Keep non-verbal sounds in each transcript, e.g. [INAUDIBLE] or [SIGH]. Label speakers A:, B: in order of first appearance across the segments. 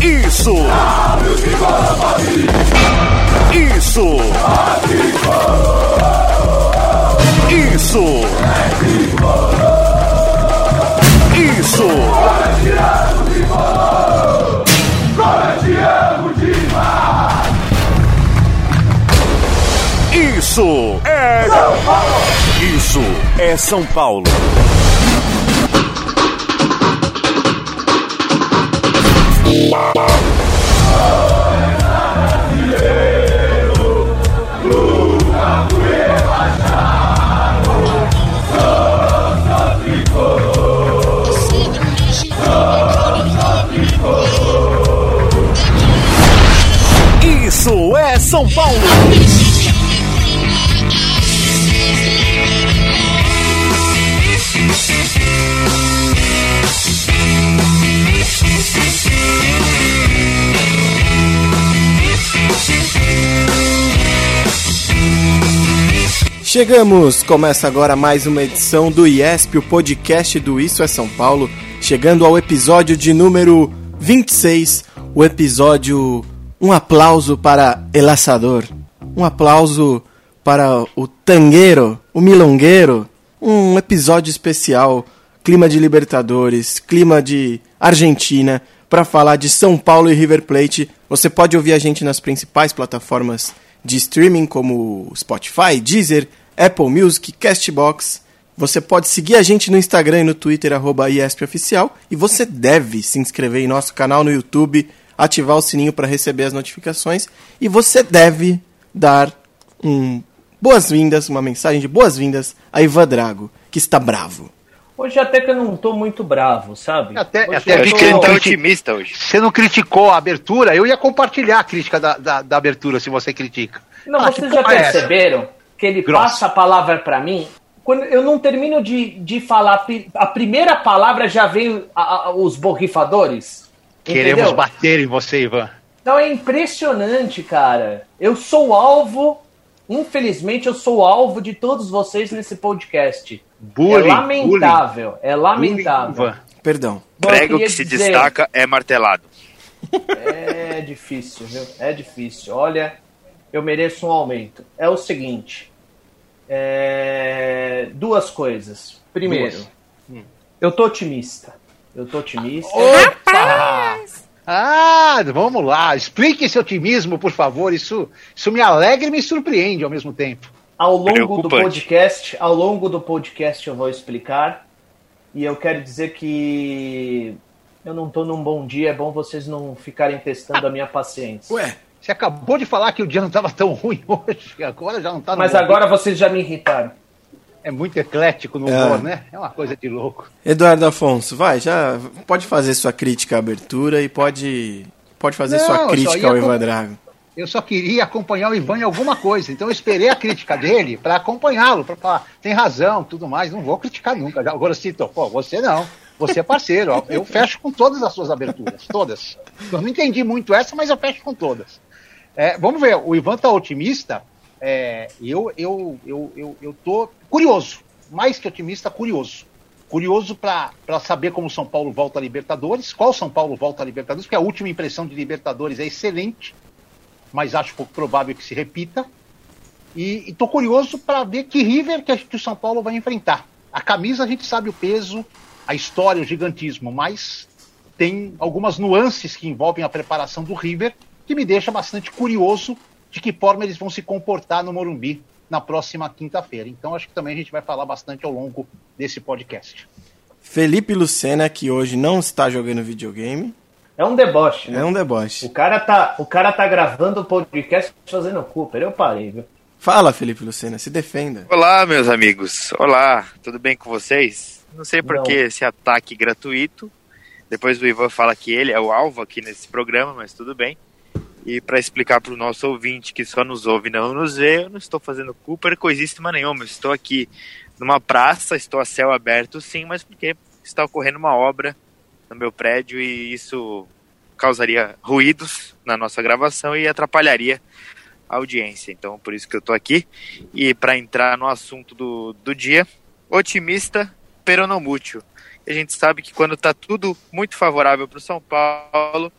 A: Isso! Isso! Isso! Isso! Isso é. Isso é São Paulo. Isso é São Paulo.
B: Chegamos! Começa agora mais uma edição do IESP, o podcast do Isso é São Paulo, chegando ao episódio de número 26, o episódio Um aplauso para El Assador, um aplauso para o tangueiro, o milongueiro, um episódio especial, clima de Libertadores, clima de Argentina, para falar de São Paulo e River Plate. Você pode ouvir a gente nas principais plataformas de streaming como Spotify, Deezer, Apple Music, Castbox. Você pode seguir a gente no Instagram e no Twitter, arroba IESPOficial, e você deve se inscrever em nosso canal no YouTube, ativar o sininho para receber as notificações, e você deve dar um boas-vindas, uma mensagem de boas-vindas a Ivan Drago, que está bravo.
C: Hoje até que eu não tô muito bravo, sabe?
D: Até,
C: Hoje
D: até
C: eu
D: vi
C: tô-
D: que ele tá-
E: otimista hoje.
D: Você não criticou a abertura? Eu ia compartilhar a crítica da, da, da abertura, se você critica.
C: Não,
D: Ah,
C: vocês
D: que
C: já
D: porra é
C: perceberam que ele
D: Grossa.
C: passa a palavra pra mim? Quando eu não termino de, de falar, a pri- a primeira palavra já vem a- a- os borrifadores.
D: Queremos
C: entendeu?
D: bater em você, Ivan.
C: Então é impressionante, cara. Eu sou alvo, infelizmente eu sou alvo de todos vocês nesse podcast.
D: Bullying,
C: é lamentável, é
D: bullying,
C: lamentável.
D: Ivan.
B: Perdão.
C: Bom, eu
E: Prego
C: queria
E: que se
C: dizer-
E: destaca é martelado.
C: É difícil, viu? É difícil. Olha, eu mereço um aumento. É o seguinte: é, duas coisas. Primeiro, eu tô otimista. Eu tô otimista.
D: Ah, vamos lá. Explique esse otimismo, por favor. Isso, isso me alegra e me surpreende ao mesmo tempo.
C: Ao longo do
E: Preocupante.
C: podcast, ao longo do podcast eu vou explicar. E eu quero dizer que eu não tô num bom dia. É bom vocês não ficarem testando a minha paciência.
B: Ué,
D: Você acabou de falar que o dia não estava tão [LAUGHS] ruim hoje, e agora já não está
C: Mas agora vocês já me irritaram.
D: É muito eclético no
B: É.
D: humor, né? É uma coisa de louco.
B: Eduardo Afonso, vai, já pode fazer sua crítica à abertura e pode, pode fazer
D: Não, eu
B: sua
D: só
B: crítica
D: ia
B: ao
D: com-
B: Ivan Drago.
D: Eu só queria acompanhar o Ivan em alguma coisa, então eu esperei a crítica dele para acompanhá-lo, para falar, tem razão, tudo mais, não vou criticar nunca. Agora cito, pô, você não, você é parceiro, ó, eu fecho com todas as suas aberturas, todas. Eu não entendi muito essa, mas eu fecho com todas. É, vamos ver, o Ivan tá otimista, é, eu, eu, eu, eu, eu tô curioso, mais que otimista, curioso. Curioso para saber como o São Paulo volta a Libertadores, qual São Paulo volta a Libertadores, porque a última impressão de Libertadores é excelente mas acho pouco provável que se repita. E estou curioso para ver que River que, a, que o São Paulo vai enfrentar. A camisa a gente sabe o peso, a história, o gigantismo, mas tem algumas nuances que envolvem a preparação do River que me deixa bastante curioso de que forma eles vão se comportar no Morumbi na próxima quinta-feira. Então acho que também a gente vai falar bastante ao longo desse podcast.
B: Felipe Lucena, que hoje não está jogando videogame,
C: É um deboche, né?
B: é um
C: O
B: deboche.
C: cara tá, o cara tá gravando o podcast fazendo Cooper. Eu parei, viu?
B: Fala, Felipe Lucena, se defenda.
E: Olá, meus amigos. Olá, tudo bem com vocês? Não sei por
C: Não.
E: que esse ataque gratuito. Depois o Ivan fala que ele é o alvo aqui nesse programa, mas tudo bem. E para explicar para o nosso ouvinte que só nos ouve e não nos vê, eu não estou fazendo culpa de coisíssima nenhuma. Eu estou aqui numa praça, estou a céu aberto sim, mas porque está ocorrendo uma obra no meu prédio e isso causaria ruídos na nossa gravação e atrapalharia a audiência. Então, por isso que eu estou aqui. E para entrar no assunto do, do dia, otimista, pero tá não mútil. A gente sabe que quando está tudo muito favorável para o São Paulo,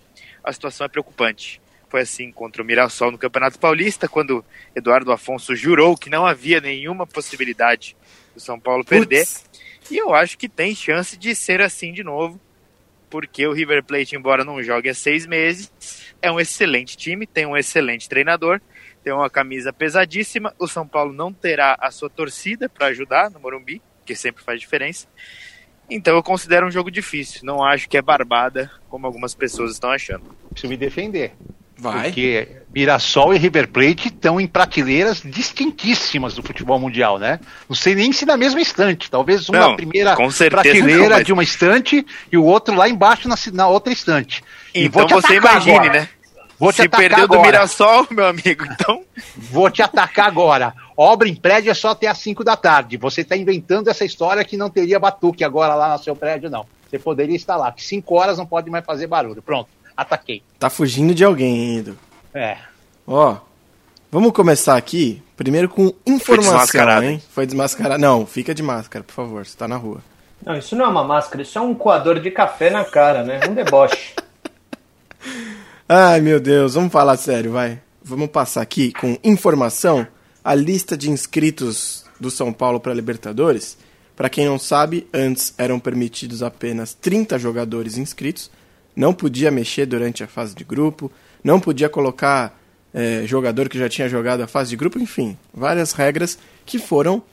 E: a situação é preocupante. Foi assim contra o Mirassol no Campeonato Paulista, quando Eduardo Afonso jurou que não havia nenhuma possibilidade do São Paulo perder.
B: Putz.
E: E eu acho que tem chance de ser assim de novo, porque o River Plate, embora não jogue há seis meses, é um excelente time, tem um excelente treinador, tem uma camisa pesadíssima. O São Paulo não terá a sua torcida para ajudar no Morumbi, que sempre faz diferença. Então eu considero um jogo difícil. Não acho que é barbada, como algumas pessoas estão achando.
D: Preciso me defender.
B: Vai.
D: Porque Mirassol e River Plate estão em prateleiras distintíssimas do futebol mundial, né? Não sei nem se na mesma estante. Talvez uma
E: Não,
D: primeira
E: com certeza
D: prateleira
E: não, mas-
D: de uma estante e o outro lá embaixo na, se- na outra estante. E
E: Então
D: vou te
E: você
D: atacar
E: imagine,
D: agora.
E: né?
D: Vou te
E: Se
D: atacar
E: perdeu do
D: agora.
E: Mirassol, meu amigo, [LAUGHS] então
D: Vou te atacar agora. Obra em prédio é só até às 5 da tarde. Você está inventando essa história que não teria batuque agora lá no seu prédio, não. Você poderia estar lá, que 5 horas não pode mais fazer barulho. Pronto, ataquei.
B: Tá fugindo de alguém, Ido.
D: É.
B: Ó, vamos começar aqui, primeiro com informação,
E: desmascarado,
B: hein? Foi desmascarado. Não, fica de máscara, por favor, você tá na rua.
C: Não, isso não é uma máscara, isso é um coador de café na cara, né? Um deboche.
B: Ai, meu Deus, vamos falar sério, vai. Vamos passar aqui com informação a lista de inscritos do São Paulo para Libertadores. Para quem não sabe, antes eram permitidos apenas 30 jogadores inscritos. Não podia mexer durante a fase de grupo, não podia colocar eh, jogador que já tinha jogado a fase de grupo, enfim, várias regras que foram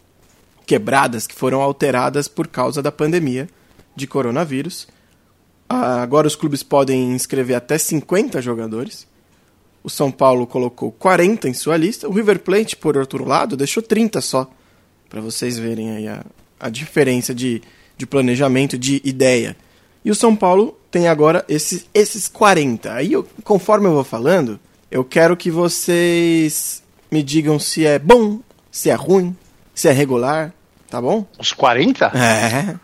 B: quebradas, que foram alteradas por causa da pandemia de coronavírus. Ah, Agora os clubes podem inscrever até 50 jogadores. O São Paulo colocou 40 em sua lista. O River Plate, por outro lado, deixou 30 só. Para vocês verem aí a, a diferença de, de planejamento, de ideia. E o São Paulo tem agora esses, esses 40. Aí, eu- conforme eu vou falando, eu quero que vocês me digam se é bom, se é ruim, se é regular, tá bom?
D: Uns [LAUGHS] 40?
B: É.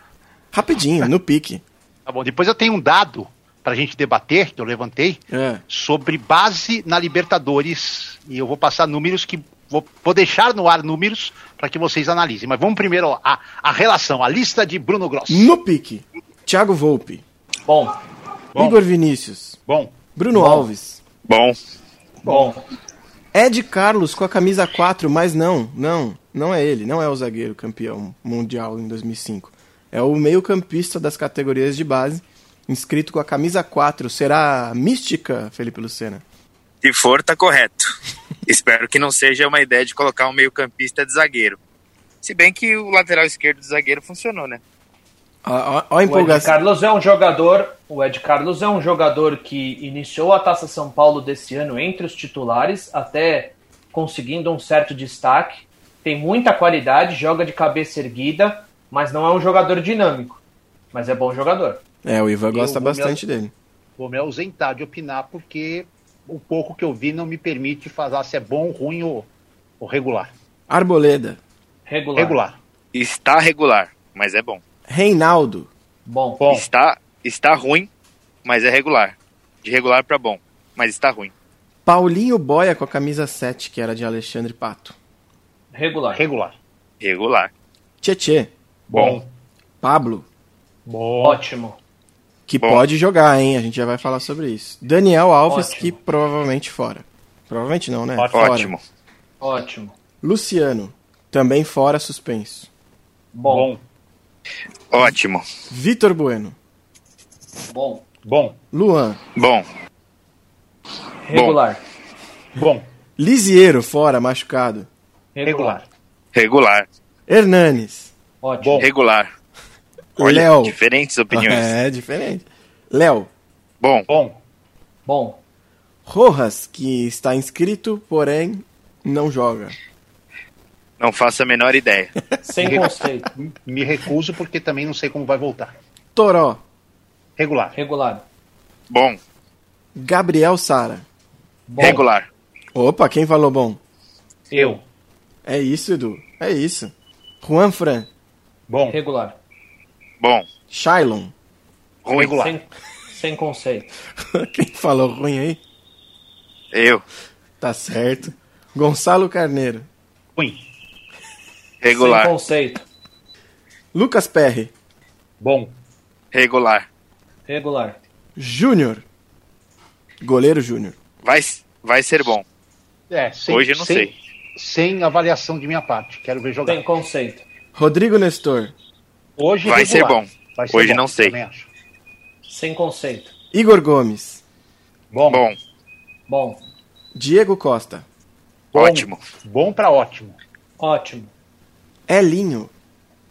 B: Rapidinho, no pique.
D: Tá bom. Depois eu tenho um dado pra gente debater, que eu levantei,
B: É.
D: sobre base na Libertadores. E eu vou passar números que. Vou, vou deixar no ar números para que vocês analisem. Mas vamos primeiro a, a relação, a lista de Bruno Grossi.
B: No pique, Thiago Volpe,
C: Bom,
D: Bom.
B: Igor Vinícius,
D: Bom,
B: Bruno Alves,
E: Bom,
C: bom.
B: Ed Carlos com a camisa 4, mas não, não, não é ele, não é o zagueiro campeão mundial em 2005. É o meio-campista das categorias de base, inscrito com a camisa 4. Será mística, Felipe Lucena?
E: se for, tá correto. Espero que não seja uma ideia de colocar um meio-campista de zagueiro. Se bem que o lateral esquerdo do zagueiro funcionou, né?
B: Ó, ó, ó a
C: O Ed
B: empolgação.
C: Carlos é um jogador. O Ed Carlos é um jogador que iniciou a Taça São Paulo desse ano entre os titulares, até conseguindo um certo destaque. Tem muita qualidade, joga de cabeça erguida, mas não é um jogador dinâmico. Mas é bom jogador.
B: É, o Ivan gosta
D: Eu-
B: bastante dele.
D: vou me ausentar de opinar porque o pouco que eu vi não me permite falar se é bom, ruim ou, ou regular.
B: Arboleda,
C: Regular.
D: Regular.
E: Está regular, mas é bom.
B: Reinaldo,
C: Bom.
D: Bom,
E: Está, está ruim, mas é regular. De regular pra bom, mas está ruim.
B: Paulinho Boia com a camisa 7, que era de Alexandre Pato.
C: Regular.
D: regular.
E: Regular.
B: Tietê,
D: Bom.
B: Pablo,
D: Bom.
C: Ótimo.
B: Que
E: Bom.
B: pode jogar, hein? A gente já vai falar sobre isso. Daniel Alves,
C: Ótimo.
B: que provavelmente fora. Provavelmente não, né?
D: Ótimo.
B: Fora.
E: Ótimo.
C: Ótimo.
B: Luciano, também fora, suspenso.
C: Bom.
E: Ótimo.
B: Vitor Bueno,
C: Bom.
D: Bom.
B: Luan,
E: Bom.
C: Regular.
D: Bom.
B: Lisiero fora, machucado.
D: Regular.
E: Regular.
B: Hernanes,
C: Ótimo.
D: Bom.
E: Regular. Olha,
B: Léo.
E: diferentes opiniões.
B: É, diferente. Léo,
E: Bom,
D: Bom.
C: Bom.
B: Rojas, que está inscrito, porém não joga.
E: não faço a menor ideia.
C: Sem conceito.
D: Me recuso porque também não sei como vai voltar.
B: Toró,
D: Regular.
C: Regular.
E: Bom,
B: Gabriel Sara.
C: Bom.
E: regular.
B: Opa, quem falou bom?
C: Eu.
B: É isso, Edu. É isso. Juan Fran,
D: Bom.
C: Regular.
E: Bom.
B: Shailon. [LAUGHS]
E: Ruim.
D: Regular.
C: Sem, sem conceito.
B: quem falou ruim aí?
E: Eu.
B: Tá certo. Gonçalo Carneiro.
D: Ruim.
E: Regular.
C: Sem conceito.
B: Lucas Perry.
D: Bom.
E: Regular.
C: Regular.
B: Júnior. Goleiro Júnior.
E: Vai, vai ser bom.
D: É, sem,
E: Hoje eu não
D: sem-
E: sei.
D: Sem avaliação de minha parte. Quero ver jogar.
C: Tem conceito.
B: Rodrigo Nestor.
D: Hoje
E: Vai
D: regular.
E: ser bom.
D: Vai ser
E: Hoje
D: bom,
E: não sei.
D: também acho.
C: Sem conceito.
B: Igor Gomes.
D: Bom, bom,
E: Bom,
C: Bom,
B: Diego Costa.
E: ótimo.
D: Bom pra ótimo.
C: ótimo.
B: Elinho.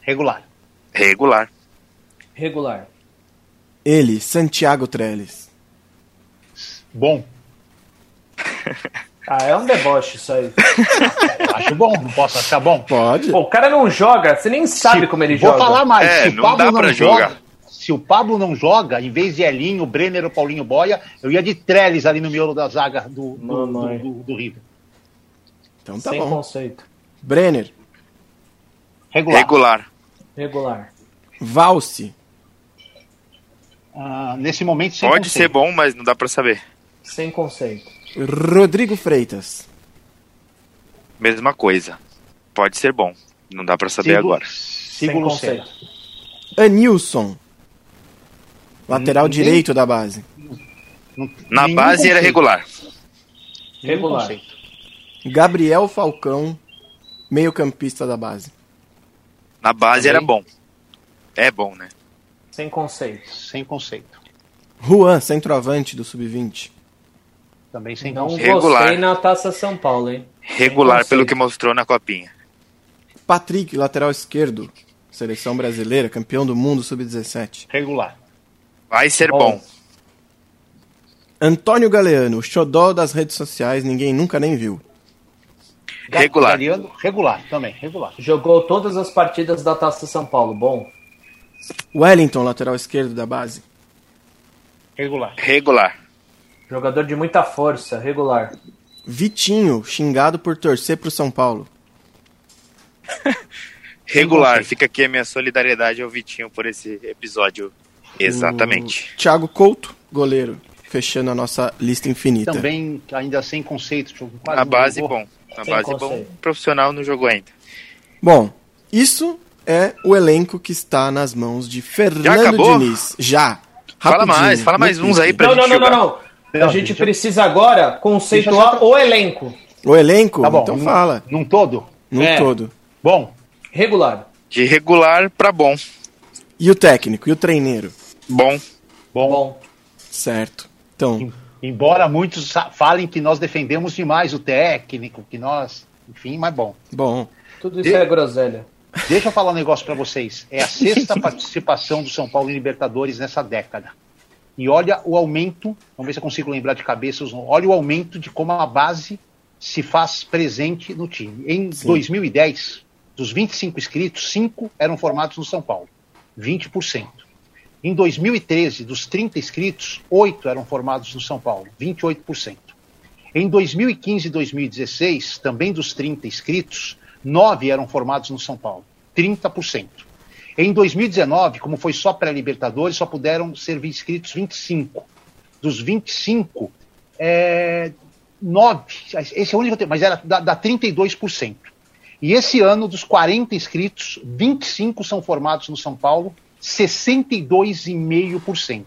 D: Regular.
E: Regular.
C: Regular.
B: Ele, Santiago Trellis.
D: Bom.
C: Ah, é um deboche isso aí.
D: Acho bom. Não posso achar bom.
B: Pode?
C: [LAUGHS] Pô, o cara não joga, você nem sabe
D: Se-
C: como ele
D: vou
C: joga.
D: falar mais.
E: É,
D: se
E: não
D: o Pablo
E: dá
D: não
E: pra
D: joga,
E: jogar.
D: se o Pablo não joga, em vez de Elinho, Brenner ou Paulinho Boia, eu ia de Trellis ali no miolo da zaga do, do, do,
C: Mamãe.
D: do- do River.
B: Então tá
C: sem
B: bom.
C: conceito.
B: Brenner.
D: Regular.
E: Regular.
C: Regular.
B: Valse.
D: Ah, nesse momento, sem
E: Pode
D: conceito.
E: ser bom, mas não dá pra saber.
C: Sem conceito.
B: Rodrigo Freitas.
E: Mesma coisa. Pode ser bom. Não dá pra saber
D: Sigo-
E: agora.
D: Sigo
C: Sem
D: Lucena.
C: conceito.
B: Anilson. Lateral
D: Ninguém-
B: direito da base.
E: Na
D: Nenhum
E: base era
D: conceito.
E: regular.
D: Nenhum
C: Regular.
D: conceito.
B: Gabriel Falcão. Meio-campista da base.
E: Na base era bom. É bom, né?
C: Sem conceito.
D: Sem conceito.
B: Juan, centroavante do sub-20.
D: Também sem
C: Não
D: conceito.
E: Regular.
C: gostei na Taça São Paulo, hein?
E: Regular
C: Sem
E: pelo
C: conceito.
E: que mostrou na copinha.
B: Patrick, lateral esquerdo. Seleção brasileira, campeão do mundo sub-17.
D: Regular.
E: Vai ser
C: Bom.
E: É bom.
B: Antônio Galeano, o xodó das redes sociais, ninguém nunca nem viu.
E: Regular.
D: Galeano, regular também, regular.
C: Jogou todas as partidas da Taça São Paulo. Bom,
B: Wellington, lateral esquerdo da base.
D: Regular.
E: Regular.
C: jogador de muita força. Regular.
B: Vitinho, xingado por torcer pro São Paulo.
E: Regular.
D: conceito.
E: Fica aqui a minha solidariedade ao Vitinho por esse episódio. Exatamente.
B: O Thiago Couto, goleiro, fechando a nossa lista infinita.
D: Também ainda sem conceito. Jogo quase
E: Na
D: não
E: base,
D: jogou.
E: bom. Na
C: Sem
E: base, bom.
C: conceito.
E: Profissional não jogou ainda.
B: Bom, isso é o elenco que está nas mãos de Fernando
E: acabou?
B: Diniz. Já.
E: Fala
B: Rapidinho,
E: mais, fala
B: muito
E: mais uns aí
B: rápido.
E: Pra
C: Não, não,
E: gente
C: não, não, não.
D: Não,
C: A gente
D: deixa eu-
C: precisa agora
D: Deixa eu
C: conceituar
D: só-
C: o elenco.
B: O elenco?
D: Tá bom.
B: Então
D: num-
B: fala.
D: Num todo?
B: Num
C: É.
B: todo.
D: Bom,
C: Regular.
E: De regular pra bom.
B: E o técnico? E o treineiro?
E: Bom.
D: bom.
C: Bom.
B: Certo. Então,
D: Embora muitos sa- falem que nós defendemos demais o técnico, que nós. Enfim, mas bom.
B: bom.
C: Tudo isso é groselha.
D: Deixa eu falar um negócio pra vocês. É a sexta participação do São Paulo em Libertadores nessa década. E olha o aumento, vamos ver se eu consigo lembrar de cabeça, os nomes. olha o aumento de como a base se faz presente no time. Em 2010, dos 25 inscritos, 5 eram formados no São Paulo, 20%. Em 2013, dos 30 inscritos, 8 eram formados no São Paulo, 28%. Em 2015 e 2016, também dos 30 inscritos, 9 eram formados no São Paulo, 30%. Em 2019, como foi só pré-Libertadores, só puderam ser inscritos 25. Dos 25, é, 9. Esse é o único tempo, mas era dá, dá 32%. E esse ano, dos 40 inscritos, 25 são formados no São Paulo, 62,5%.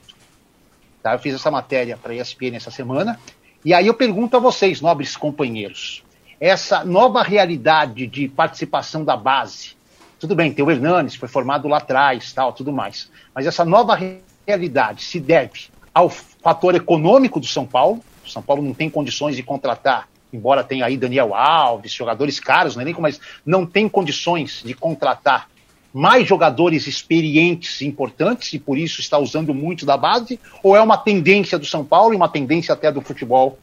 D: Tá? Eu fiz essa matéria para a ESPN essa semana. E aí eu pergunto a vocês, nobres companheiros, essa nova realidade de participação da base, tudo bem, tem o Hernanes, foi formado lá atrás, tal, tudo mais, mas essa nova re- realidade se deve ao fator econômico do São Paulo, o São Paulo não tem condições de contratar, embora tenha aí Daniel Alves, jogadores caros no elenco, mas não tem condições de contratar mais jogadores experientes e importantes e por isso está usando muito da base? Ou é uma tendência do São Paulo e uma tendência até do futebol?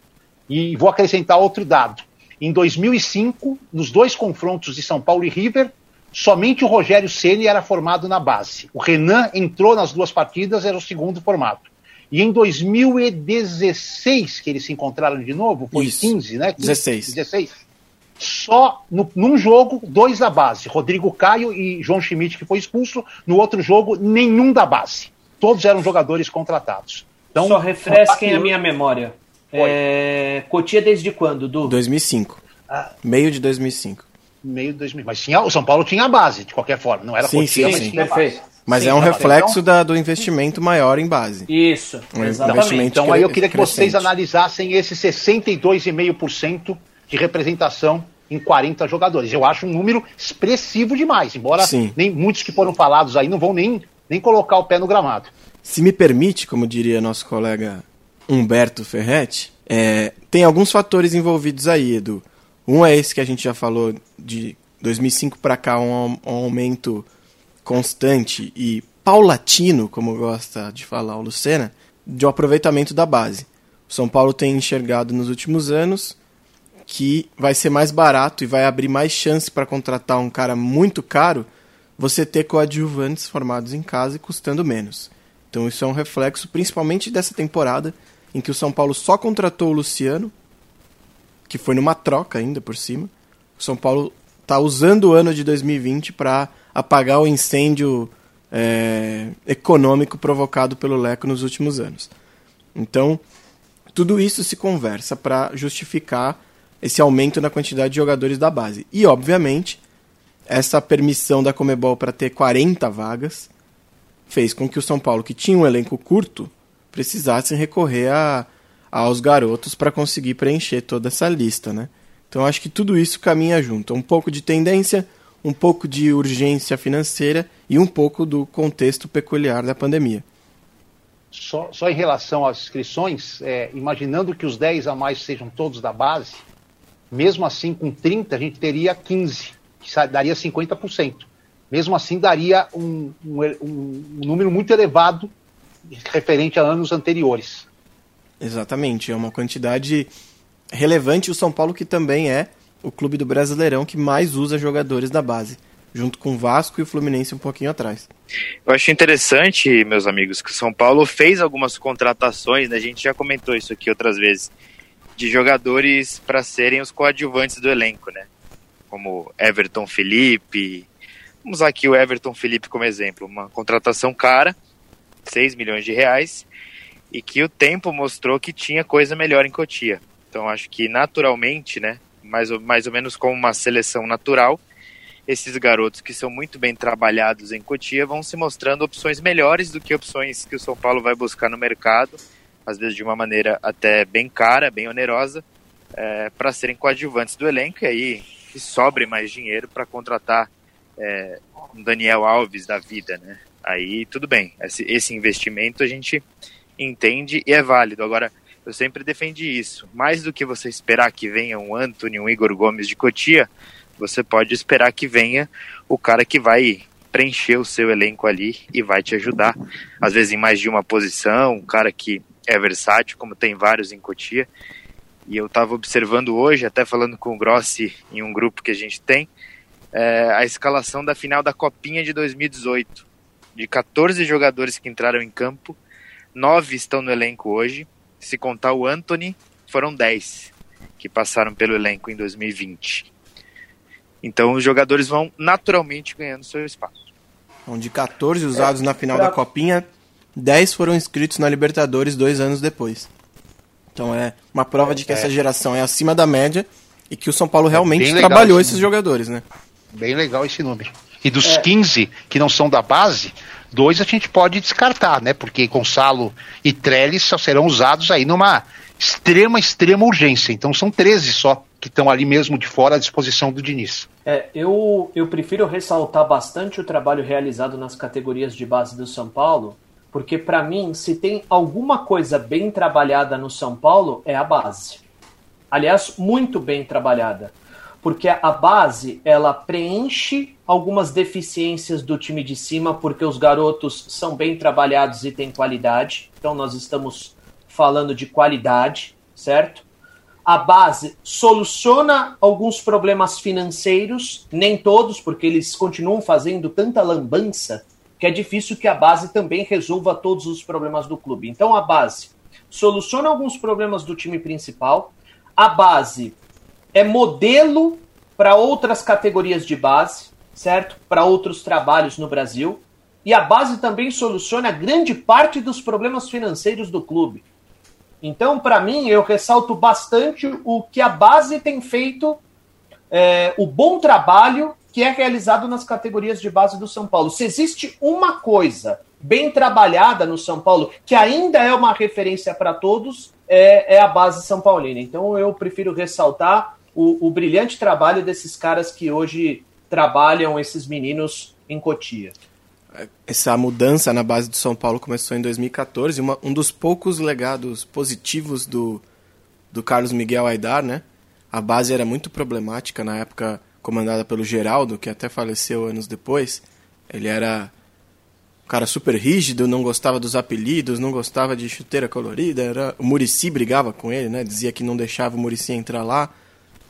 D: E vou acrescentar outro dado. Em 2005, nos dois confrontos de São Paulo e River, somente o Rogério Ceni era formado na base. O Renan entrou nas duas partidas, era o segundo formado. E em 2016, que eles se encontraram de novo, foi
B: Isso.
D: 15, né?
B: 16.
D: 16 só no- num jogo, dois da base. Rodrigo Caio e João Schmidt, que foi expulso. No outro jogo, nenhum da base. Todos eram jogadores contratados. Então,
C: Só refresquem a minha memória. É... Cotia desde quando, Du?
B: 2005.
C: Ah.
B: Meio de 2005.
D: um. Meio de 2000. Mas tinha, o São Paulo tinha a base, de qualquer forma. Não era
B: Sim,
D: Cotia,
B: sim,
D: mas
B: sim.
D: tinha a base.
C: perfeito.
B: Mas
C: Sim,
B: é um
C: tá bem.
B: reflexo da- do investimento maior em base.
C: Isso,
B: Um
C: exatamente.
B: investimento
D: Então aí eu
B: cre-
D: queria que
B: crescente.
D: vocês analisassem esse 62,5% de representação em 40 jogadores. Eu acho um número expressivo demais, embora
B: Sim.
D: nem muitos que foram falados aí não vão nem, nem colocar o pé no gramado.
B: Se me permite, como diria nosso colega Humberto Ferretti, é, tem alguns fatores envolvidos aí, Edu. Um é esse que a gente já falou de 2005 para cá, um, au- um aumento constante e paulatino, como gosta de falar o Lucena, de um aproveitamento da base. O São Paulo tem enxergado nos últimos anos que vai ser mais barato e vai abrir mais chance para contratar um cara muito caro você ter coadjuvantes formados em casa e custando menos. Então isso é um reflexo principalmente dessa temporada em que o São Paulo só contratou o Luciano, que foi numa troca ainda por cima. O São Paulo está usando o ano de 2020 para apagar o incêndio é, econômico provocado pelo Leco nos últimos anos. Então, tudo isso se conversa para justificar esse aumento na quantidade de jogadores da base. E, obviamente, essa permissão da Comebol para ter 40 vagas fez com que o São Paulo, que tinha um elenco curto, precisasse recorrer a, aos garotos para conseguir preencher toda essa lista. Né? Então, acho que tudo isso caminha junto. Um pouco de tendência, um pouco de urgência financeira e um pouco do contexto peculiar da pandemia.
D: Só, só em relação às inscrições, é, imaginando que os 10 a mais sejam todos da base, mesmo assim com 30 a gente teria 15, que sa- daria 50%. Mesmo assim daria um, um e- um- um número muito elevado referente a anos anteriores.
B: Exatamente, é uma quantidade relevante. O São Paulo, que também é o clube do Brasileirão que mais usa jogadores da base, junto com o Vasco e o Fluminense um pouquinho atrás.
E: Eu acho interessante, meus amigos, que o São Paulo fez algumas contratações, né? a gente já comentou isso aqui outras vezes, de jogadores para serem os coadjuvantes do elenco, né? Como Everton Felipe. Vamos usar aqui o Everton Felipe como exemplo. Uma contratação cara, 6 milhões de reais, e que o tempo mostrou que tinha coisa melhor em Cotia. Então acho que naturalmente, né? Mais ou, mais ou menos como uma seleção natural, esses garotos que são muito bem trabalhados em Cotia vão se mostrando opções melhores do que opções que o São Paulo vai buscar no mercado, às vezes de uma maneira até bem cara, bem onerosa, para serem coadjuvantes do elenco e aí que sobre mais dinheiro para contratar é, um Daniel Alves da vida, né? Aí tudo bem, esse, esse investimento a gente entende e é válido. Agora, eu sempre defendi isso. Mais do que você esperar que venha um Anthony, um Igor Gomes de Cotia, você pode esperar que venha o cara que vai preencher o seu elenco ali e vai te ajudar, às vezes em mais de uma posição, um cara que é versátil, como tem vários em Cotia. E eu estava observando hoje, até falando com o Grossi em um grupo que a gente tem, é, a escalação da final da Copinha de 2018. De 14 jogadores que entraram em campo, 9 estão no elenco hoje. Se contar o Anthony, foram 10 que passaram pelo elenco em 2020. Então os jogadores vão naturalmente ganhando seu espaço.
B: Então, de 14 usados na final
C: pra-
B: da Copinha, 10 foram inscritos na Libertadores dois anos depois. Então é uma prova de que essa geração é acima da média e que o São Paulo realmente
D: bem legal
B: trabalhou
D: esse
B: esses jogadores, né?
D: Bem legal esse É. número. E dos 15 que não são da base, dois a gente pode descartar, né? Porque Gonçalo e Trellis só serão usados aí numa extrema, extrema urgência. Então são 13 só que estão ali mesmo de fora à disposição do Diniz.
C: É, eu, eu prefiro ressaltar bastante o trabalho realizado nas categorias de base do São Paulo, porque para mim, se tem alguma coisa bem trabalhada no São Paulo, é a base. Aliás, muito bem trabalhada, porque a base ela preenche algumas deficiências do time de cima, porque os garotos são bem trabalhados e têm qualidade. Então nós estamos falando de qualidade, certo? a base soluciona alguns problemas financeiros, nem todos, porque eles continuam fazendo tanta lambança que é difícil que a base também resolva todos os problemas do clube. Então a base soluciona alguns problemas do time principal, a base é modelo para outras categorias de base, certo? Para outros trabalhos no Brasil. E a base também soluciona grande parte dos problemas financeiros do clube. Então, para mim, eu ressalto bastante o que a base tem feito, é, o bom trabalho que é realizado nas categorias de base do São Paulo. Se existe uma coisa bem trabalhada no São Paulo, que ainda é uma referência para todos, é, é, a base São Paulina. Então eu prefiro ressaltar o, o brilhante trabalho desses caras que hoje trabalham esses meninos em Cotia
B: essa mudança na base do São Paulo começou em 2014, uma, um dos poucos legados positivos do, do Carlos Miguel Aidar, né? A base era muito problemática na época, comandada pelo Geraldo, que até faleceu anos depois. Ele era um cara super rígido, não gostava dos apelidos, não gostava de chuteira colorida. Era... O Murici brigava com ele, né? Dizia que não deixava o Murici entrar lá.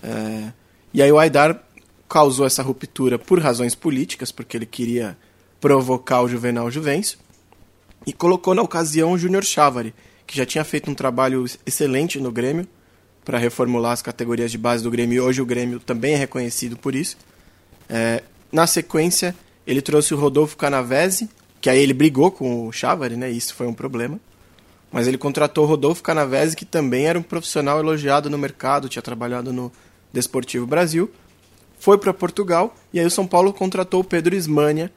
B: É... E aí o Aidar causou essa ruptura por razões políticas, porque ele queria provocar o Juvenal Juvencio e colocou na ocasião o Júnior Chávari, que já tinha feito um trabalho excelente no Grêmio para reformular as categorias de base do Grêmio. E hoje o Grêmio também é reconhecido por isso. É, na sequência, ele trouxe o Rodolfo Canavese, que aí ele brigou com o Chávari, né? E isso foi um problema. Mas ele contratou o Rodolfo Canavese, que também era um profissional elogiado no mercado, tinha trabalhado no Desportivo Brasil. Foi para Portugal e aí o São Paulo contratou o Pedro Ismânia,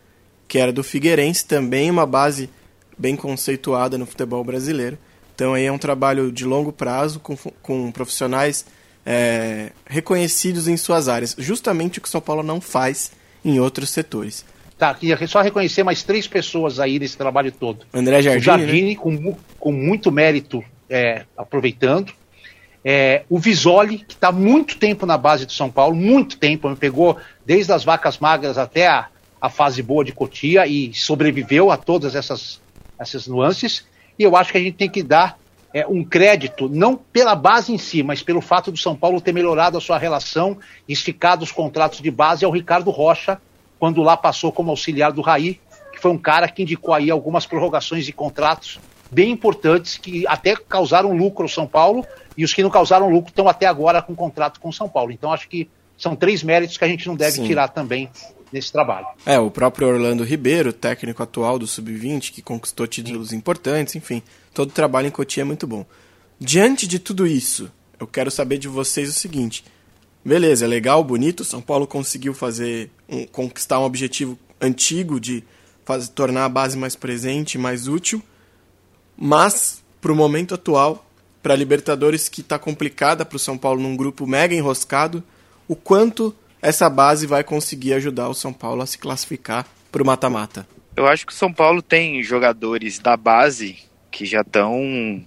B: que era do Figueirense, também uma base bem conceituada no futebol brasileiro. Então aí é um trabalho de longo prazo com, com profissionais é, reconhecidos em suas áreas, justamente o que São Paulo não faz em outros setores.
D: Tá, queria só reconhecer mais três pessoas aí nesse trabalho todo.
B: André Jardine,
D: o Jardine né? com, com muito mérito é, aproveitando. É, o Visoli, que está muito tempo na base do São Paulo, muito tempo, ele pegou desde as vacas magras até a, a fase boa de Cotia e sobreviveu a todas essas, essas nuances. E eu acho que a gente tem que dar é, um crédito, não pela base em si, mas pelo fato do São Paulo ter melhorado a sua relação, esticado os contratos de base ao Ricardo Rocha, quando lá passou como auxiliar do Raí, que foi um cara que indicou aí algumas prorrogações de contratos bem importantes que até causaram lucro ao São Paulo e os que não causaram lucro estão até agora com contrato com o São Paulo. Então acho que são três méritos que a gente não deve Sim. tirar também nesse trabalho.
B: É, o próprio Orlando Ribeiro, técnico atual do Sub-20, que conquistou títulos Sim. importantes, enfim, todo o trabalho em Cotia é muito bom. Diante de tudo isso, eu quero saber de vocês o seguinte: beleza, é legal, bonito, São Paulo conseguiu fazer um, conquistar um objetivo antigo de fazer, tornar a base mais presente, mais útil, mas para o momento atual, para a Libertadores que está complicada para o São Paulo num grupo mega enroscado, o quanto essa base vai conseguir ajudar o São Paulo a se classificar para o mata-mata.
E: Eu acho que o São Paulo tem jogadores da base que já estão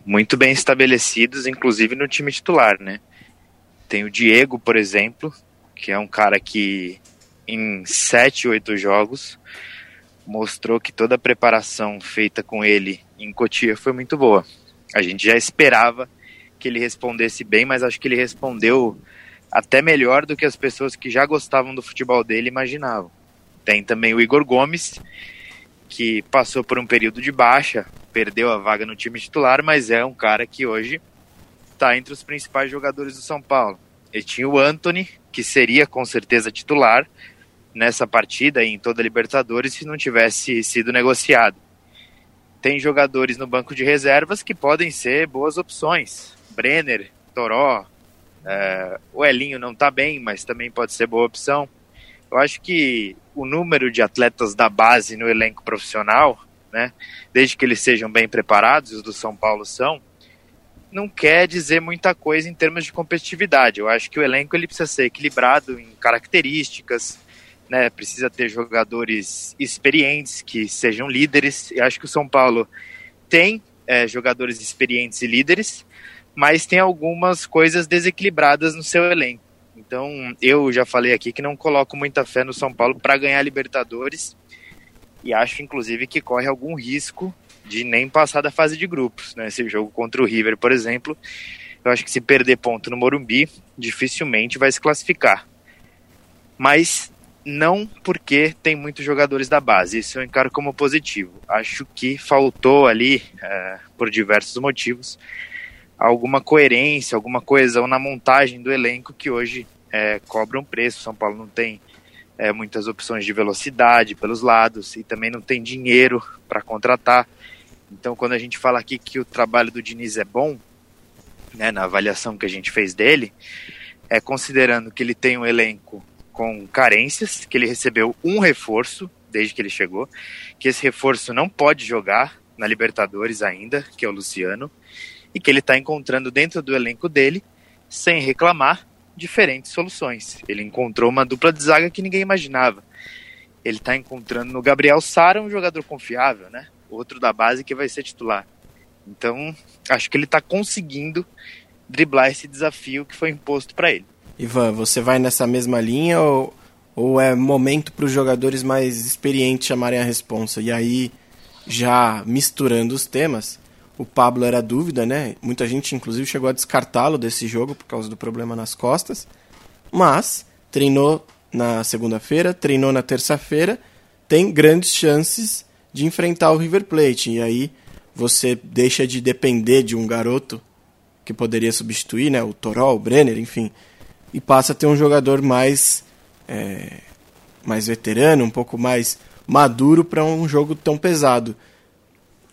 E: muito bem estabelecidos, inclusive no time titular, né? Tem o Diego, por exemplo, que é um cara que em 7, 8 jogos mostrou que toda a preparação feita com ele em Cotia foi muito boa. A gente já esperava que ele respondesse bem, mas acho que ele respondeu até melhor do que as pessoas que já gostavam do futebol dele imaginavam. Tem também o Igor Gomes, que passou por um período de baixa, perdeu a vaga no time titular, mas é um cara que hoje está entre os principais jogadores do São Paulo. E tinha o Anthony, que seria com certeza titular nessa partida e em toda a Libertadores se não tivesse sido negociado. Tem jogadores no banco de reservas que podem ser boas opções. Brenner, Toró, Uh, o Elinho não está bem, mas também pode ser boa opção. Eu acho que o número de atletas da base no elenco profissional, né, desde que eles sejam bem preparados, os do São Paulo são, não quer dizer muita coisa em termos de competitividade. Eu acho que o elenco ele precisa ser equilibrado em características, né, precisa ter jogadores experientes que sejam líderes. Eu acho que o São Paulo tem é, jogadores experientes e líderes, mas tem algumas coisas desequilibradas no seu elenco. Então, eu já falei aqui que não coloco muita fé no São Paulo para ganhar Libertadores e acho, inclusive, que corre algum risco de nem passar da fase de grupos. Né? Esse jogo contra o River, por exemplo, eu acho que se perder ponto no Morumbi, dificilmente vai se classificar. Mas não porque tem muitos jogadores da base, isso eu encaro como positivo. Acho que faltou ali, é, por diversos motivos, alguma coerência, alguma coesão na montagem do elenco que hoje é, cobra um preço. São Paulo não tem é, muitas opções de velocidade pelos lados e também não tem dinheiro para contratar. Então, quando a gente fala aqui que o trabalho do Diniz é bom, né, na avaliação que a gente fez dele, é considerando que ele tem um elenco com carências, que ele recebeu um reforço desde que ele chegou, que esse reforço não pode jogar na Libertadores ainda, que é o Luciano, e que ele está encontrando dentro do elenco dele, sem reclamar, diferentes soluções. Ele encontrou uma dupla de zaga que ninguém imaginava. Ele está encontrando no Gabriel Sara um jogador confiável, né? Outro da base que vai ser titular. Então, acho que ele está conseguindo driblar esse desafio que foi imposto para ele.
B: Ivan, você vai nessa mesma linha ou, ou é momento para os jogadores mais experientes chamarem a responsa? E aí, já misturando os temas, o Pablo era dúvida, né? Muita gente, inclusive, chegou a descartá-lo desse jogo por causa do problema nas costas. Mas treinou na segunda-feira, treinou na terça-feira, tem grandes chances de enfrentar o River Plate. E aí você deixa de depender de um garoto que poderia substituir, né? O Toró, o Brenner, enfim. E passa a ter um jogador mais, é, mais veterano, um pouco mais maduro para um jogo tão pesado.